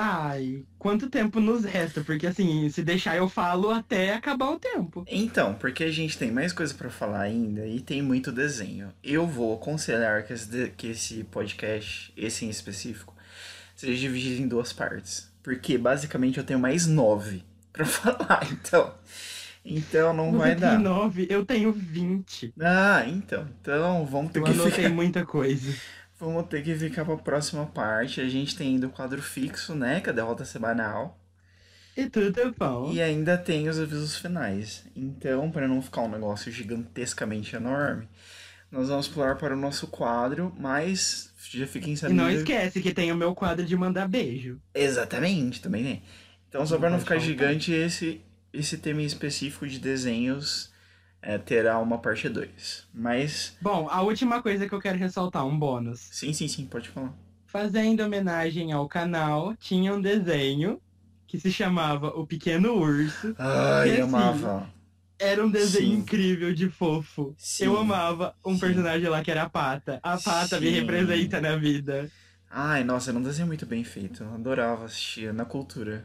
[SPEAKER 1] Ai, quanto tempo nos resta? Porque assim, se deixar eu falo até acabar o tempo.
[SPEAKER 2] Então, porque a gente tem mais coisa pra falar ainda e tem muito desenho. Eu vou aconselhar que esse, de- que esse podcast, esse em específico, seja dividido em duas partes. Porque basicamente eu tenho mais nove pra falar, então. Então não
[SPEAKER 1] Você
[SPEAKER 2] vai
[SPEAKER 1] tem
[SPEAKER 2] dar.
[SPEAKER 1] nove, eu tenho 20.
[SPEAKER 2] Ah, então. Então vamos ter,
[SPEAKER 1] Eu
[SPEAKER 2] que
[SPEAKER 1] anotei
[SPEAKER 2] ficar,
[SPEAKER 1] muita coisa.
[SPEAKER 2] vamos ter que ficar pra próxima parte. A gente tem ainda o quadro fixo, né? Que é a derrota semanal.
[SPEAKER 1] E tudo bom.
[SPEAKER 2] E ainda tem os avisos finais. Então, para não ficar um negócio gigantescamente enorme, nós vamos pular para o nosso quadro, mas já fiquem
[SPEAKER 1] E não
[SPEAKER 2] sabendo.
[SPEAKER 1] esquece que tem o meu quadro de mandar beijo.
[SPEAKER 2] Exatamente, também tem. Então, só
[SPEAKER 1] Não
[SPEAKER 2] para não
[SPEAKER 1] pode
[SPEAKER 2] ficar
[SPEAKER 1] faltar.
[SPEAKER 2] gigante, esse, esse tema em específico de desenhos é, terá uma parte 2. Mas,
[SPEAKER 1] Bom, a última coisa que eu quero ressaltar, um bônus.
[SPEAKER 2] sim, sim, sim, pode falar.
[SPEAKER 1] Fazendo homenagem ao canal, tinha um desenho que se chamava O Pequeno Urso.
[SPEAKER 2] Ai,
[SPEAKER 1] assim,
[SPEAKER 2] amava.
[SPEAKER 1] Era um desenho
[SPEAKER 2] Sim.
[SPEAKER 1] incrível de fofo.
[SPEAKER 2] Sim.
[SPEAKER 1] Eu amava um
[SPEAKER 2] Sim.
[SPEAKER 1] personagem lá que era a Pata. A Pata me
[SPEAKER 2] Sim.
[SPEAKER 1] representa na vida.
[SPEAKER 2] Ai, nossa, era um desenho muito bem feito. Eu adorava assistir na cultura.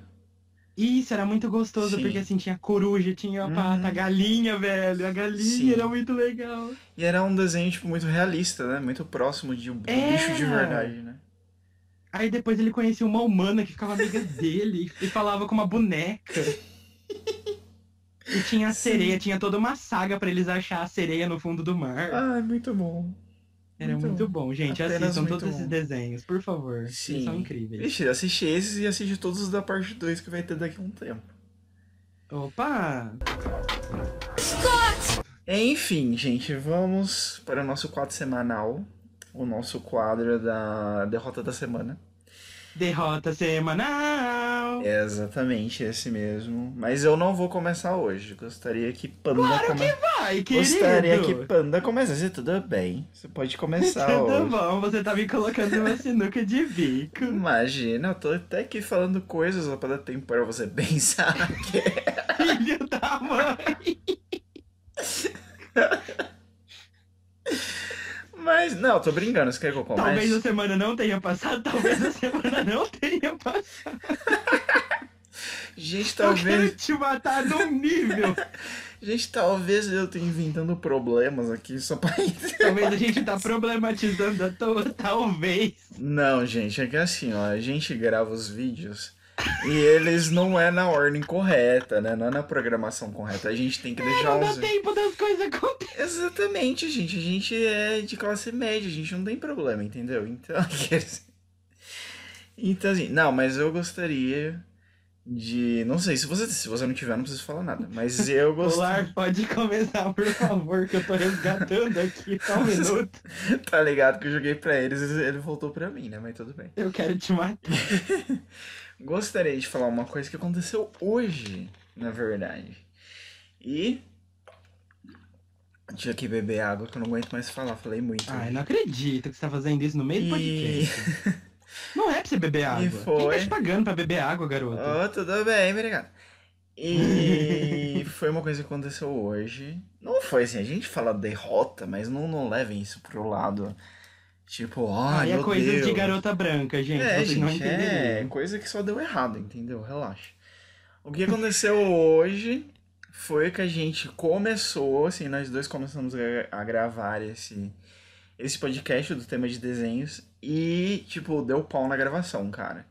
[SPEAKER 1] Isso, era muito gostoso,
[SPEAKER 2] Sim.
[SPEAKER 1] porque assim, tinha coruja, tinha a pata, a
[SPEAKER 2] Uhum.
[SPEAKER 1] galinha, velho. A galinha
[SPEAKER 2] Sim.
[SPEAKER 1] era muito legal.
[SPEAKER 2] E era um desenho, tipo, muito realista, né? Muito próximo de um do bicho de
[SPEAKER 1] Era.
[SPEAKER 2] verdade, né?
[SPEAKER 1] Aí depois ele conhecia uma humana que ficava amiga dele e falava com uma boneca. E tinha a
[SPEAKER 2] Sim.
[SPEAKER 1] sereia, tinha toda uma saga pra eles achar a sereia no fundo do mar.
[SPEAKER 2] Ah, é muito bom.
[SPEAKER 1] Era
[SPEAKER 2] muito
[SPEAKER 1] muito, bom, gente.
[SPEAKER 2] Apenas
[SPEAKER 1] Assistam
[SPEAKER 2] muito
[SPEAKER 1] todos esses
[SPEAKER 2] bom.
[SPEAKER 1] desenhos, por favor.
[SPEAKER 2] Sim.
[SPEAKER 1] Eles são incríveis.
[SPEAKER 2] Vixe, assiste esses e assiste todos os da parte 2 que vai ter daqui a um tempo.
[SPEAKER 1] Opa!
[SPEAKER 2] Enfim, gente, vamos para o nosso quadro semanal. O nosso quadro da derrota da semana.
[SPEAKER 1] Derrota semanal!
[SPEAKER 2] É exatamente esse mesmo. Mas eu não vou começar hoje. Gostaria que Panda começasse.
[SPEAKER 1] Ai, querido!
[SPEAKER 2] Gostaria que Panda começasse. Tudo bem. Você pode começar
[SPEAKER 1] Tudo
[SPEAKER 2] hoje.
[SPEAKER 1] bom, você tá me colocando numa sinuca de bico.
[SPEAKER 2] Imagina, eu tô até aqui falando coisas só pra dar tempo pra você pensar.
[SPEAKER 1] Filho da mãe!
[SPEAKER 2] Mas, não, tô brincando, você quer que eu comece?
[SPEAKER 1] Talvez a semana não tenha passado, talvez a semana não tenha passado.
[SPEAKER 2] Gente,
[SPEAKER 1] Eu
[SPEAKER 2] talvez.
[SPEAKER 1] quero te matar num nível.
[SPEAKER 2] Gente, talvez eu tenha inventando problemas aqui só pra.
[SPEAKER 1] Talvez a gente tá problematizando à toa, talvez.
[SPEAKER 2] Não, gente, é que assim, ó, a gente grava os vídeos e eles não é na ordem correta, né? Não é na programação correta. A gente tem que deixar
[SPEAKER 1] Não dá
[SPEAKER 2] uns.
[SPEAKER 1] tempo das coisas acontecerem.
[SPEAKER 2] Exatamente, gente. A gente é de classe média, a gente não tem problema, entendeu? Então, aqueles- então assim, não, mas eu gostaria de, não sei, se você se você não tiver, não preciso falar nada, mas eu gostaria,
[SPEAKER 1] Polar, pode começar, por favor, que eu tô resgatando aqui. Só um minuto.
[SPEAKER 2] tá ligado que eu joguei pra eles, e ele voltou pra mim, né? Mas tudo bem.
[SPEAKER 1] Eu quero te matar.
[SPEAKER 2] Gostaria de falar uma coisa que aconteceu hoje, na verdade. E tinha que beber água que eu não aguento mais falar, falei muito.
[SPEAKER 1] Ai, não acredito que você tá fazendo isso no meio do
[SPEAKER 2] e...
[SPEAKER 1] podcast. Não é pra você beber água. Quem tá
[SPEAKER 2] foi.
[SPEAKER 1] te pagando pra beber água, garoto?
[SPEAKER 2] Oh, tudo bem, obrigado. E foi uma coisa que aconteceu hoje. Não foi assim, a gente fala derrota, mas não, não levem isso pro lado. Tipo,
[SPEAKER 1] Ah,
[SPEAKER 2] ai,
[SPEAKER 1] e é
[SPEAKER 2] meu
[SPEAKER 1] coisas
[SPEAKER 2] Deus.
[SPEAKER 1] de garota branca, gente.
[SPEAKER 2] É,
[SPEAKER 1] vocês não
[SPEAKER 2] gente, é
[SPEAKER 1] entenderiam.
[SPEAKER 2] coisa que só deu errado, entendeu? Relaxa. O que aconteceu hoje foi que a gente começou, assim, nós dois começamos a- a gravar esse, esse podcast do tema de desenhos e, tipo, deu pau na gravação, cara.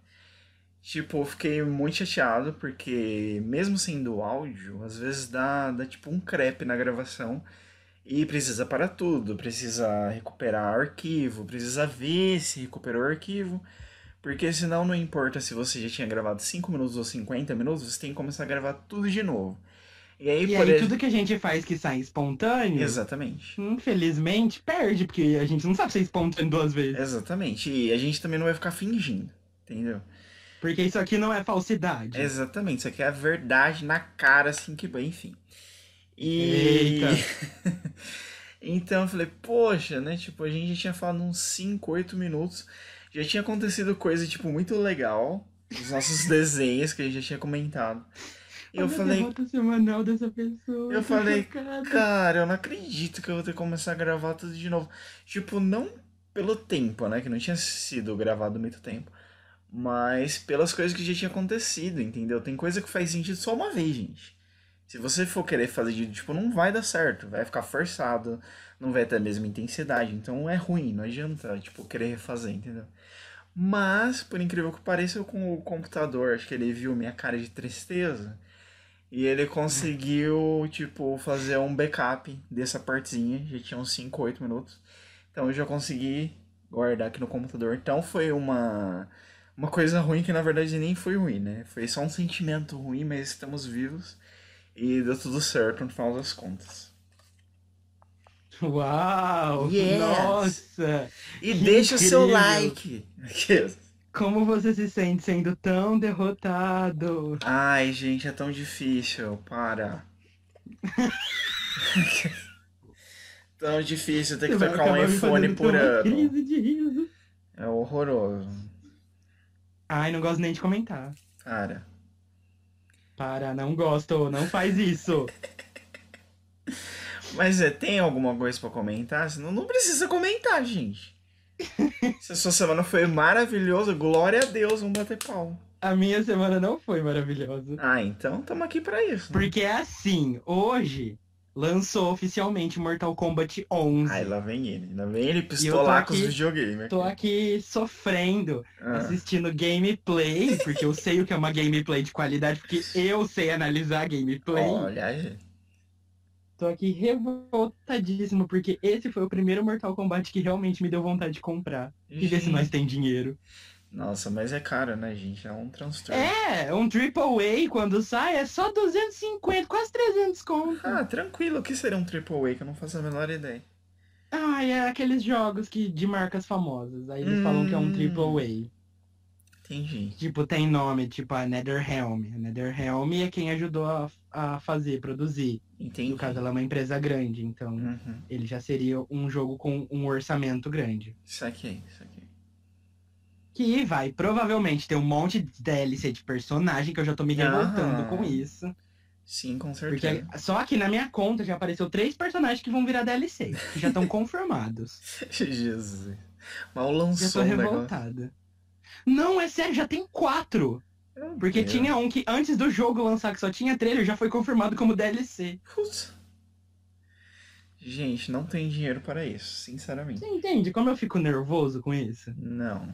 [SPEAKER 2] Tipo, eu fiquei muito chateado porque, mesmo sendo áudio, às vezes dá, dá tipo um crepe na gravação e precisa parar tudo, precisa recuperar arquivo, precisa ver se recuperou o arquivo, porque senão não importa se você já tinha gravado 5 minutos ou 50 minutos, você tem que começar a gravar tudo de novo. E aí,
[SPEAKER 1] E
[SPEAKER 2] por
[SPEAKER 1] aí,
[SPEAKER 2] ex-
[SPEAKER 1] tudo é que a gente faz que sai espontâneo,
[SPEAKER 2] Exatamente.
[SPEAKER 1] infelizmente, perde, porque a gente não sabe ser espontâneo duas vezes.
[SPEAKER 2] Exatamente. E a gente também não vai ficar fingindo, entendeu?
[SPEAKER 1] Porque isso aqui não é falsidade.
[SPEAKER 2] Exatamente, isso aqui é a verdade na cara, assim que bem, enfim. E.
[SPEAKER 1] Eita.
[SPEAKER 2] então eu falei, poxa, né? Tipo, a gente já tinha falado uns 5, 8 minutos. Já tinha acontecido coisa, tipo, muito legal. Os nossos desenhos que a gente já tinha comentado. E eu
[SPEAKER 1] Olha a
[SPEAKER 2] falei,
[SPEAKER 1] derrota semanal dessa pessoa.
[SPEAKER 2] Eu
[SPEAKER 1] tô
[SPEAKER 2] falei,
[SPEAKER 1] chocada.
[SPEAKER 2] Cara, eu não acredito que eu vou ter que começar a gravar tudo de novo. Tipo, não pelo tempo, né? Que não tinha sido gravado muito tempo. Mas pelas coisas que já tinha acontecido, entendeu? Tem coisa que faz sentido só uma vez, gente. Se você for querer fazer de tipo, não vai dar certo. Vai ficar forçado. Não vai ter a mesma intensidade. Então é ruim, não adianta, tipo, querer refazer, entendeu? Mas, por incrível que pareça, eu com o computador, acho que ele viu minha cara de tristeza. E ele conseguiu, tipo, fazer um backup dessa partezinha. Já tinha uns 5, 8 minutos. Então eu já consegui guardar aqui no computador. Então foi uma, uma coisa ruim que na verdade nem foi ruim, né? Foi só um sentimento ruim, mas estamos vivos. E deu tudo certo no final das contas.
[SPEAKER 1] Uau!
[SPEAKER 2] Yes.
[SPEAKER 1] Nossa!
[SPEAKER 2] E
[SPEAKER 1] Que
[SPEAKER 2] deixa o seu
[SPEAKER 1] incrível.
[SPEAKER 2] like!
[SPEAKER 1] Como você se sente sendo tão derrotado?
[SPEAKER 2] Ai, gente, é tão difícil. Para. tão difícil ter que
[SPEAKER 1] Você vai
[SPEAKER 2] tocar um
[SPEAKER 1] acabar me
[SPEAKER 2] iPhone
[SPEAKER 1] fazendo
[SPEAKER 2] por
[SPEAKER 1] ter uma
[SPEAKER 2] ano.
[SPEAKER 1] Crise de riso.
[SPEAKER 2] É horroroso,
[SPEAKER 1] Ai, não gosto nem de comentar.
[SPEAKER 2] cara.
[SPEAKER 1] Para, não gosto, não faz isso.
[SPEAKER 2] Mas é, tem alguma coisa pra comentar? Senão não precisa comentar, gente. Se a sua semana foi maravilhosa, glória a Deus, vamos bater pau.
[SPEAKER 1] A minha semana não foi maravilhosa.
[SPEAKER 2] Ah, então estamos aqui pra isso. né?
[SPEAKER 1] Porque é assim, hoje lançou oficialmente Mortal Kombat 11.
[SPEAKER 2] Aí lá vem ele. Lá vem ele pistolar com os
[SPEAKER 1] aqui-
[SPEAKER 2] videogames.
[SPEAKER 1] Tô aqui sofrendo,
[SPEAKER 2] Ah.
[SPEAKER 1] assistindo gameplay, porque eu sei o que é uma gameplay de qualidade, porque eu sei analisar gameplay.
[SPEAKER 2] Olha, gente.
[SPEAKER 1] Tô aqui revoltadíssimo, porque esse foi o primeiro Mortal Kombat que realmente me deu vontade de comprar. E ver se
[SPEAKER 2] Uhum.
[SPEAKER 1] nós tem dinheiro.
[SPEAKER 2] Nossa, mas é caro, né, gente? É um transtorno.
[SPEAKER 1] É, um Triple A quando sai é só 250, quase 300 conto.
[SPEAKER 2] Ah, tranquilo. O que seria um triple A que eu não faço a menor ideia?
[SPEAKER 1] Ah, é aqueles jogos que de marcas famosas. Aí eles falam que é um
[SPEAKER 2] Hum.
[SPEAKER 1] Triple
[SPEAKER 2] Entendi.
[SPEAKER 1] A. Tipo, tem nome, tipo a Netherrealm. A Netherrealm é quem ajudou a, a fazer, produzir.
[SPEAKER 2] Entendi.
[SPEAKER 1] No caso, ela é uma empresa grande, então
[SPEAKER 2] Uhum.
[SPEAKER 1] ele já seria um jogo com um orçamento grande.
[SPEAKER 2] Saquei, saquei.
[SPEAKER 1] Que vai provavelmente ter um monte de DLC de personagem, que eu já tô me revoltando
[SPEAKER 2] Aham.
[SPEAKER 1] com isso.
[SPEAKER 2] Sim, com
[SPEAKER 1] Porque
[SPEAKER 2] certeza.
[SPEAKER 1] só aqui na minha conta já apareceu três personagens que vão virar DLC, que já estão confirmados.
[SPEAKER 2] Jesus. Mal
[SPEAKER 1] Eu
[SPEAKER 2] lançou
[SPEAKER 1] tô
[SPEAKER 2] o um negócio.
[SPEAKER 1] revoltada. Não, é sério, já tem quatro.
[SPEAKER 2] Meu
[SPEAKER 1] Porque
[SPEAKER 2] Deus.
[SPEAKER 1] tinha um que antes do jogo lançar que só tinha trailer, já foi confirmado como DLC.
[SPEAKER 2] Putz. Gente, não tem dinheiro para isso, sinceramente.
[SPEAKER 1] Você entende como eu fico nervoso com isso?
[SPEAKER 2] Não.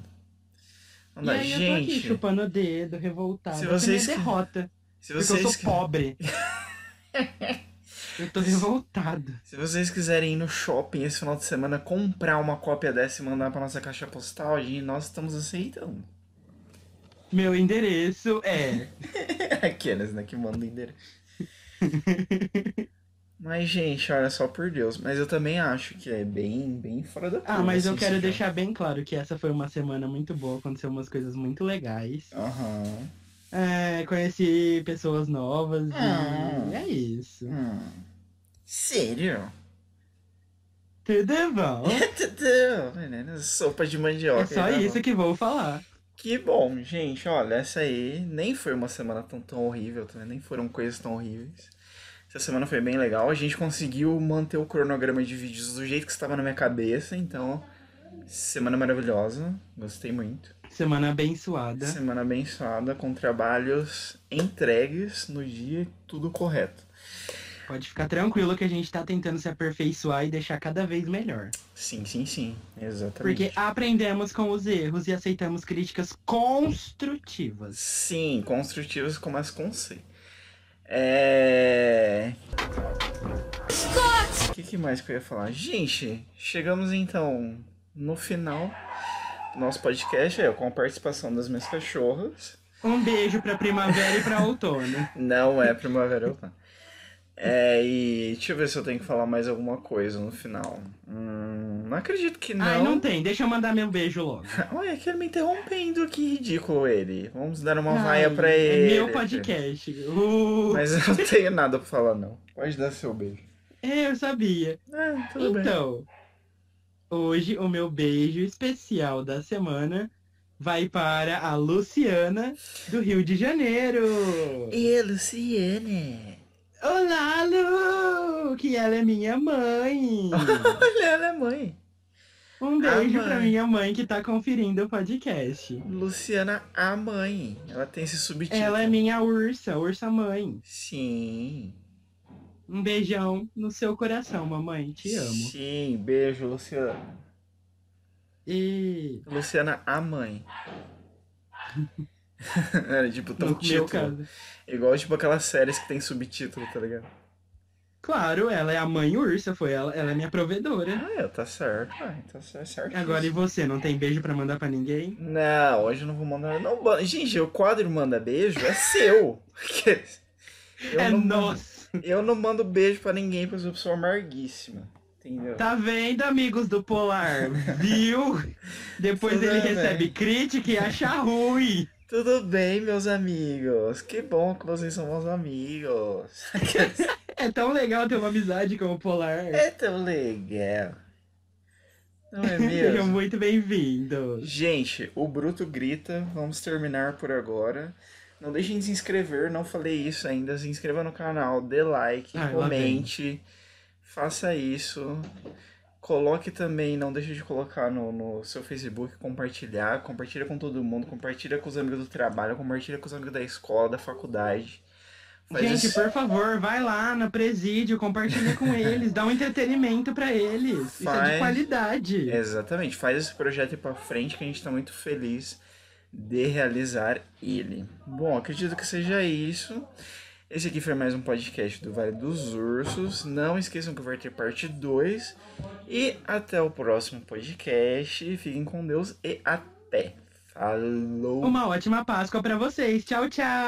[SPEAKER 2] Não
[SPEAKER 1] E
[SPEAKER 2] dá.
[SPEAKER 1] aí eu tô aqui
[SPEAKER 2] Gente,
[SPEAKER 1] chupando o dedo, revoltado.
[SPEAKER 2] Se
[SPEAKER 1] Essa é a
[SPEAKER 2] vocês
[SPEAKER 1] minha
[SPEAKER 2] que-
[SPEAKER 1] derrota,
[SPEAKER 2] se
[SPEAKER 1] porque eu
[SPEAKER 2] vocês,
[SPEAKER 1] sou pobre. eu tô revoltado.
[SPEAKER 2] se vocês quiserem ir no shopping esse final de semana comprar uma cópia dessa e mandar para nossa caixa postal, gente, nós estamos aceitando.
[SPEAKER 1] Meu endereço é...
[SPEAKER 2] Aqueles, né, que mandam endereço. Mas, gente, olha só por Deus. Mas eu também acho que é bem, bem fora da
[SPEAKER 1] Ah,
[SPEAKER 2] curva,
[SPEAKER 1] mas eu
[SPEAKER 2] assim,
[SPEAKER 1] quero
[SPEAKER 2] esse
[SPEAKER 1] deixar bem claro que essa foi uma semana muito boa, aconteceu umas coisas muito legais.
[SPEAKER 2] jogo. Aham.
[SPEAKER 1] É, conheci pessoas novas
[SPEAKER 2] Ah.
[SPEAKER 1] e é isso.
[SPEAKER 2] Hum. Sério?
[SPEAKER 1] Tudo bom?
[SPEAKER 2] Entendeu? Menina, Sopa de mandioca.
[SPEAKER 1] É só
[SPEAKER 2] aí tá
[SPEAKER 1] isso que vou falar.
[SPEAKER 2] bom. Que bom, gente. Olha, essa aí nem foi uma semana tão, tão horrível, também, nem foram coisas tão horríveis. Essa semana foi bem legal. A gente conseguiu manter o cronograma de vídeos do jeito que estava na minha cabeça, então. Semana maravilhosa, gostei muito.
[SPEAKER 1] Semana abençoada.
[SPEAKER 2] Semana abençoada, com trabalhos entregues no dia, tudo correto.
[SPEAKER 1] Pode ficar tranquilo que a gente tá tentando se aperfeiçoar e deixar cada vez melhor.
[SPEAKER 2] Sim, sim, sim, exatamente.
[SPEAKER 1] Porque aprendemos com os erros e aceitamos críticas construtivas.
[SPEAKER 2] Sim, construtivos começa com C. É. O que, que mais que eu ia falar? Gente, chegamos então no final do nosso podcast, eu, com a participação das minhas cachorras.
[SPEAKER 1] Um beijo pra primavera e pra outono.
[SPEAKER 2] Não é primavera, opa. É, e deixa eu ver se eu tenho que falar mais alguma coisa no final. Hum, não acredito que não.
[SPEAKER 1] Ai, não tem. Deixa eu mandar meu beijo logo.
[SPEAKER 2] Olha, que ele me interrompendo, que ridículo ele. Vamos dar uma vaia
[SPEAKER 1] Ai,
[SPEAKER 2] pra
[SPEAKER 1] é
[SPEAKER 2] ele.
[SPEAKER 1] Meu podcast. Uh,
[SPEAKER 2] Mas eu não tenho nada pra falar, não. Pode dar seu beijo.
[SPEAKER 1] eu sabia.
[SPEAKER 2] Ah, tudo bem.
[SPEAKER 1] Então, hoje o meu beijo especial da semana vai para a Luciana do Rio de Janeiro.
[SPEAKER 2] E Luciane.
[SPEAKER 1] Olá, Lu! Que ela é minha mãe!
[SPEAKER 2] Olha, ela é mãe.
[SPEAKER 1] Um
[SPEAKER 2] Ah,
[SPEAKER 1] beijo pra
[SPEAKER 2] mãe.
[SPEAKER 1] minha mãe que tá conferindo o podcast.
[SPEAKER 2] Luciana, a mãe. Ela tem esse subtítulo.
[SPEAKER 1] Ela é minha ursa, ursa mãe.
[SPEAKER 2] Sim.
[SPEAKER 1] Um beijão no seu coração, mamãe. Te amo.
[SPEAKER 2] Sim, beijo, Luciana.
[SPEAKER 1] E.
[SPEAKER 2] Luciana, a mãe. Era tipo tão
[SPEAKER 1] No meu
[SPEAKER 2] título.
[SPEAKER 1] caso.
[SPEAKER 2] Igual tipo aquelas séries que tem subtítulo, tá ligado?
[SPEAKER 1] Claro, ela é a mãe ursa, foi ela, ela é minha provedora.
[SPEAKER 2] Ah, é, tá certo. Ah, tá cer- certo.
[SPEAKER 1] Agora e você, não tem beijo pra mandar pra ninguém?
[SPEAKER 2] Não, hoje eu não vou mandar. Não, ba- gente, o quadro manda beijo é seu. Eu
[SPEAKER 1] é
[SPEAKER 2] não-
[SPEAKER 1] nosso.
[SPEAKER 2] Eu não mando beijo pra ninguém, porque eu sou uma pessoa amarguíssima. Entendeu?
[SPEAKER 1] Tá vendo, amigos do Polar? Viu? Depois
[SPEAKER 2] Tudo
[SPEAKER 1] ele
[SPEAKER 2] bem.
[SPEAKER 1] recebe crítica e acha ruim.
[SPEAKER 2] Tudo bem, meus amigos. Que bom que vocês são meus amigos.
[SPEAKER 1] É tão legal ter uma amizade com o Polar.
[SPEAKER 2] É tão legal. Não é
[SPEAKER 1] Sejam
[SPEAKER 2] mesmo?
[SPEAKER 1] muito bem-vindos.
[SPEAKER 2] Gente, o Bruto grita. Vamos terminar por agora. Não deixem de se inscrever, não falei isso ainda. Se inscreva no canal, dê like,
[SPEAKER 1] Ai, lá vem.
[SPEAKER 2] comente, faça isso. Coloque também, não deixe de colocar no, no seu Facebook, compartilhar, compartilha com todo mundo, compartilha com os amigos do trabalho, compartilha com os amigos da escola, da faculdade. Faz
[SPEAKER 1] Gente,
[SPEAKER 2] isso-
[SPEAKER 1] por favor, vai lá no presídio, compartilha com eles, dá um entretenimento pra eles. Isso é
[SPEAKER 2] Faz.
[SPEAKER 1] de qualidade.
[SPEAKER 2] Exatamente, faz esse projeto ir pra frente que a gente tá muito feliz de realizar ele. Bom, acredito que seja isso. Esse aqui foi mais um podcast do Vale dos Ursos. Não esqueçam que vai ter parte 2. E até o próximo podcast. Fiquem com Deus e até. Falou!
[SPEAKER 1] Uma ótima Páscoa pra vocês. Tchau, tchau.